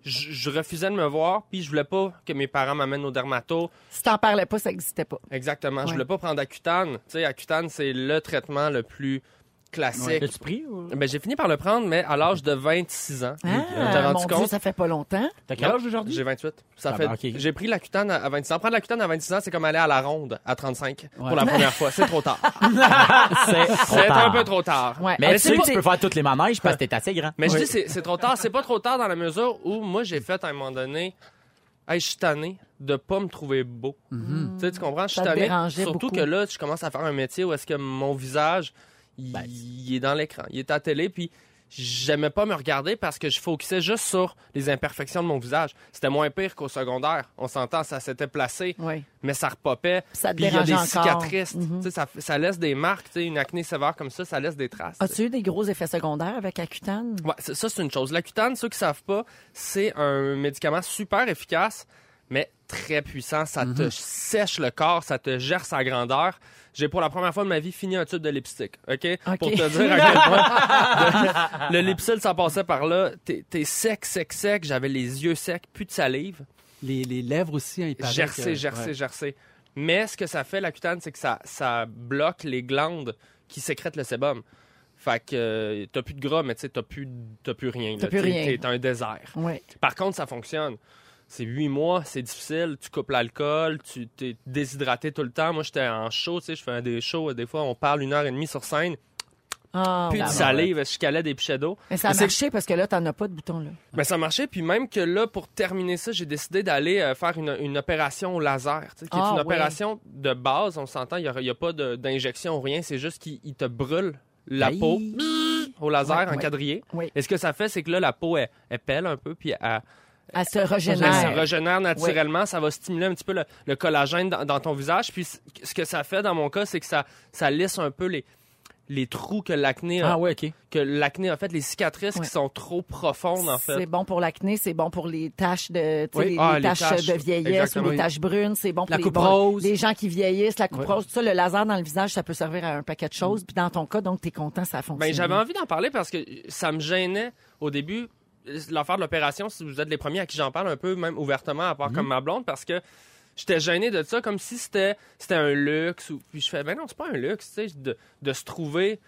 Speaker 6: Je, je refusais de me voir, puis je voulais pas que mes parents m'amènent au dermato.
Speaker 2: Si t'en parlais pas, ça n'existait pas.
Speaker 6: Exactement, je
Speaker 2: Ouais.
Speaker 6: voulais pas prendre Accutane. Tu sais, Accutane c'est le traitement le plus classique.
Speaker 4: L'as-tu pris ou-
Speaker 6: Ben, j'ai fini par le prendre, mais à l'âge de 26 ans.
Speaker 2: Ah,
Speaker 6: t'as rendu
Speaker 2: mon Dieu,
Speaker 6: compte?
Speaker 2: ça fait pas longtemps.
Speaker 4: T'as quel âge
Speaker 6: Non,
Speaker 4: aujourd'hui?
Speaker 6: J'ai 28. Ça
Speaker 4: Ah
Speaker 6: fait...
Speaker 4: ben, ok.
Speaker 6: J'ai pris la cutane à- à 26 ans. Prendre la cutane à 26 ans, c'est comme aller à la ronde à 35
Speaker 3: Ouais.
Speaker 6: pour la première fois. C'est trop tard.
Speaker 4: Ah, C'est trop
Speaker 6: c'est
Speaker 4: tard.
Speaker 6: un peu trop tard.
Speaker 2: Ouais.
Speaker 4: Mais, tu
Speaker 6: c'est
Speaker 4: sais
Speaker 6: pas-
Speaker 4: que tu peux faire toutes les manèges parce que t'es assez grand.
Speaker 6: Mais je dis c'est, c'est trop tard. C'est pas trop tard dans la mesure où moi j'ai fait à un moment donné, hey, je suis tanné de pas me trouver beau. Tu sais, tu comprends? Je suis
Speaker 2: Mhm. Ça te
Speaker 6: tanné.
Speaker 2: dérangeait
Speaker 6: Surtout
Speaker 2: beaucoup.
Speaker 6: que là, je commence à faire un métier où est-ce que mon visage, il,
Speaker 4: Ben,
Speaker 6: il est dans l'écran, il est à la télé, puis j'aimais pas me regarder parce que je focusais juste sur les imperfections de mon visage. C'était moins pire qu'au secondaire. On s'entend, ça s'était placé,
Speaker 2: Oui.
Speaker 6: mais ça repopait.
Speaker 2: Ça te
Speaker 6: Puis il y a des
Speaker 2: dérangeait encore. Mhm.
Speaker 6: cicatrices. Tu sais, ça, ça laisse des marques. tu sais, Une acné sévère comme ça, ça laisse des traces.
Speaker 2: As-tu eu des gros effets secondaires avec Accutane?
Speaker 6: Ouais, c'est- ça, c'est une chose. La cutane, ceux qui savent pas, c'est un médicament super efficace, mais très puissant. Ça te sèche le corps, ça te gère sa grandeur. J'ai pour la première fois de ma vie fini un tube de lipstick, OK?
Speaker 2: OK.
Speaker 6: Pour te dire à quel point le, le lipstick, ça passait par là. T'es t'es sec, sec, sec. J'avais les yeux secs, plus de salive.
Speaker 3: Les, les lèvres aussi, hein, il paraît
Speaker 6: Gercé,
Speaker 2: euh,
Speaker 3: que-
Speaker 6: gercé,
Speaker 3: ouais.
Speaker 6: gercé. Mais ce que ça fait, la cutane, c'est que ça, ça bloque les glandes qui sécrètent le sébum. Fait que euh, t'as plus de gras, mais tu sais, t'as plus, t'as plus rien.
Speaker 2: T'as
Speaker 6: là.
Speaker 2: plus
Speaker 6: T'sais,
Speaker 2: rien.
Speaker 6: T'es un désert.
Speaker 2: Oui.
Speaker 6: Par contre, ça fonctionne. C'est huit mois, c'est difficile. Tu coupes l'alcool, tu t'es déshydraté tout le temps. Moi, j'étais en show, tu sais, je fais des shows. Des fois, on parle une heure et demie sur scène.
Speaker 2: Ah,
Speaker 6: Puis
Speaker 2: ouais.
Speaker 6: de salive, je calais des pichets d'eau.
Speaker 2: Mais ça a
Speaker 6: Mais c'est-
Speaker 2: marché parce que là, t'en as pas de bouton, là.
Speaker 6: Ben, ça marchait, puis même que là, pour terminer ça, j'ai décidé d'aller euh, faire une, une opération au laser, tu sais, qui
Speaker 2: Ah,
Speaker 6: est une
Speaker 2: ouais.
Speaker 6: opération de base, on s'entend, il n'y a, pas de- d'injection ou rien, c'est juste qu'il il te brûle la
Speaker 4: Aïe.
Speaker 6: peau au laser
Speaker 2: Ouais,
Speaker 6: en
Speaker 2: ouais.
Speaker 6: quadrillé.
Speaker 2: Oui.
Speaker 6: Et ce que ça fait, c'est que là, la peau, elle, elle pèle un peu, puis elle,
Speaker 2: Elle se
Speaker 6: elle se
Speaker 2: régénère.
Speaker 6: régénère naturellement, ça va stimuler un petit peu le, le collagène dans, dans ton visage, puis c- ce que ça fait dans mon cas, c'est que ça, ça lisse un peu les, les trous que l'acné a,
Speaker 4: Ah ouais, OK.
Speaker 6: que l'acné a fait, les cicatrices
Speaker 2: Ouais.
Speaker 6: qui sont trop profondes, en fait.
Speaker 2: C'est bon pour l'acné, c'est bon pour les taches de, tu sais,
Speaker 6: Oui.
Speaker 2: les,
Speaker 6: Ah,
Speaker 2: les
Speaker 6: les
Speaker 2: taches
Speaker 6: taches,
Speaker 2: de vieillesse
Speaker 6: exactement.
Speaker 2: ou les taches brunes, c'est bon pour
Speaker 3: La
Speaker 2: les
Speaker 3: coupe
Speaker 2: bons-
Speaker 3: rose.
Speaker 2: les gens qui vieillissent, la coupe rose, tout ça, le laser dans le visage, ça peut servir à un paquet de choses. Puis dans ton cas, donc, t'es content, ça fonctionne.
Speaker 6: Ben, j'avais envie d'en parler parce que ça me gênait au début euh, l'affaire de l'opération. Si vous êtes les premiers à qui j'en parle un peu, même ouvertement, à part comme ma blonde, parce que j'étais gêné de ça comme si c'était c'était un luxe. Ou... Puis je fais, ben non, c'est pas un luxe, tu sais, de, de se trouver.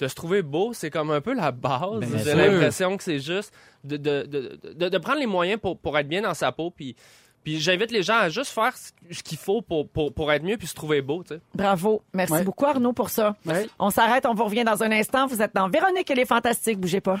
Speaker 6: De se trouver beau, c'est comme un peu la base.
Speaker 3: Ben,
Speaker 6: J'ai
Speaker 3: sûr.
Speaker 6: l'impression que c'est juste de, de, de, de, de prendre les moyens pour, pour être bien dans sa peau. Puis, puis j'invite les gens à juste faire ce ce qu'il faut pour, pour, pour être mieux puis se trouver beau. tu sais.
Speaker 2: Bravo. Merci
Speaker 3: Ouais.
Speaker 2: beaucoup, Arnaud, pour ça.
Speaker 3: Ouais.
Speaker 2: On s'arrête, on vous revient dans un instant. Vous êtes dans Véronique et les Fantastiques, bougez pas.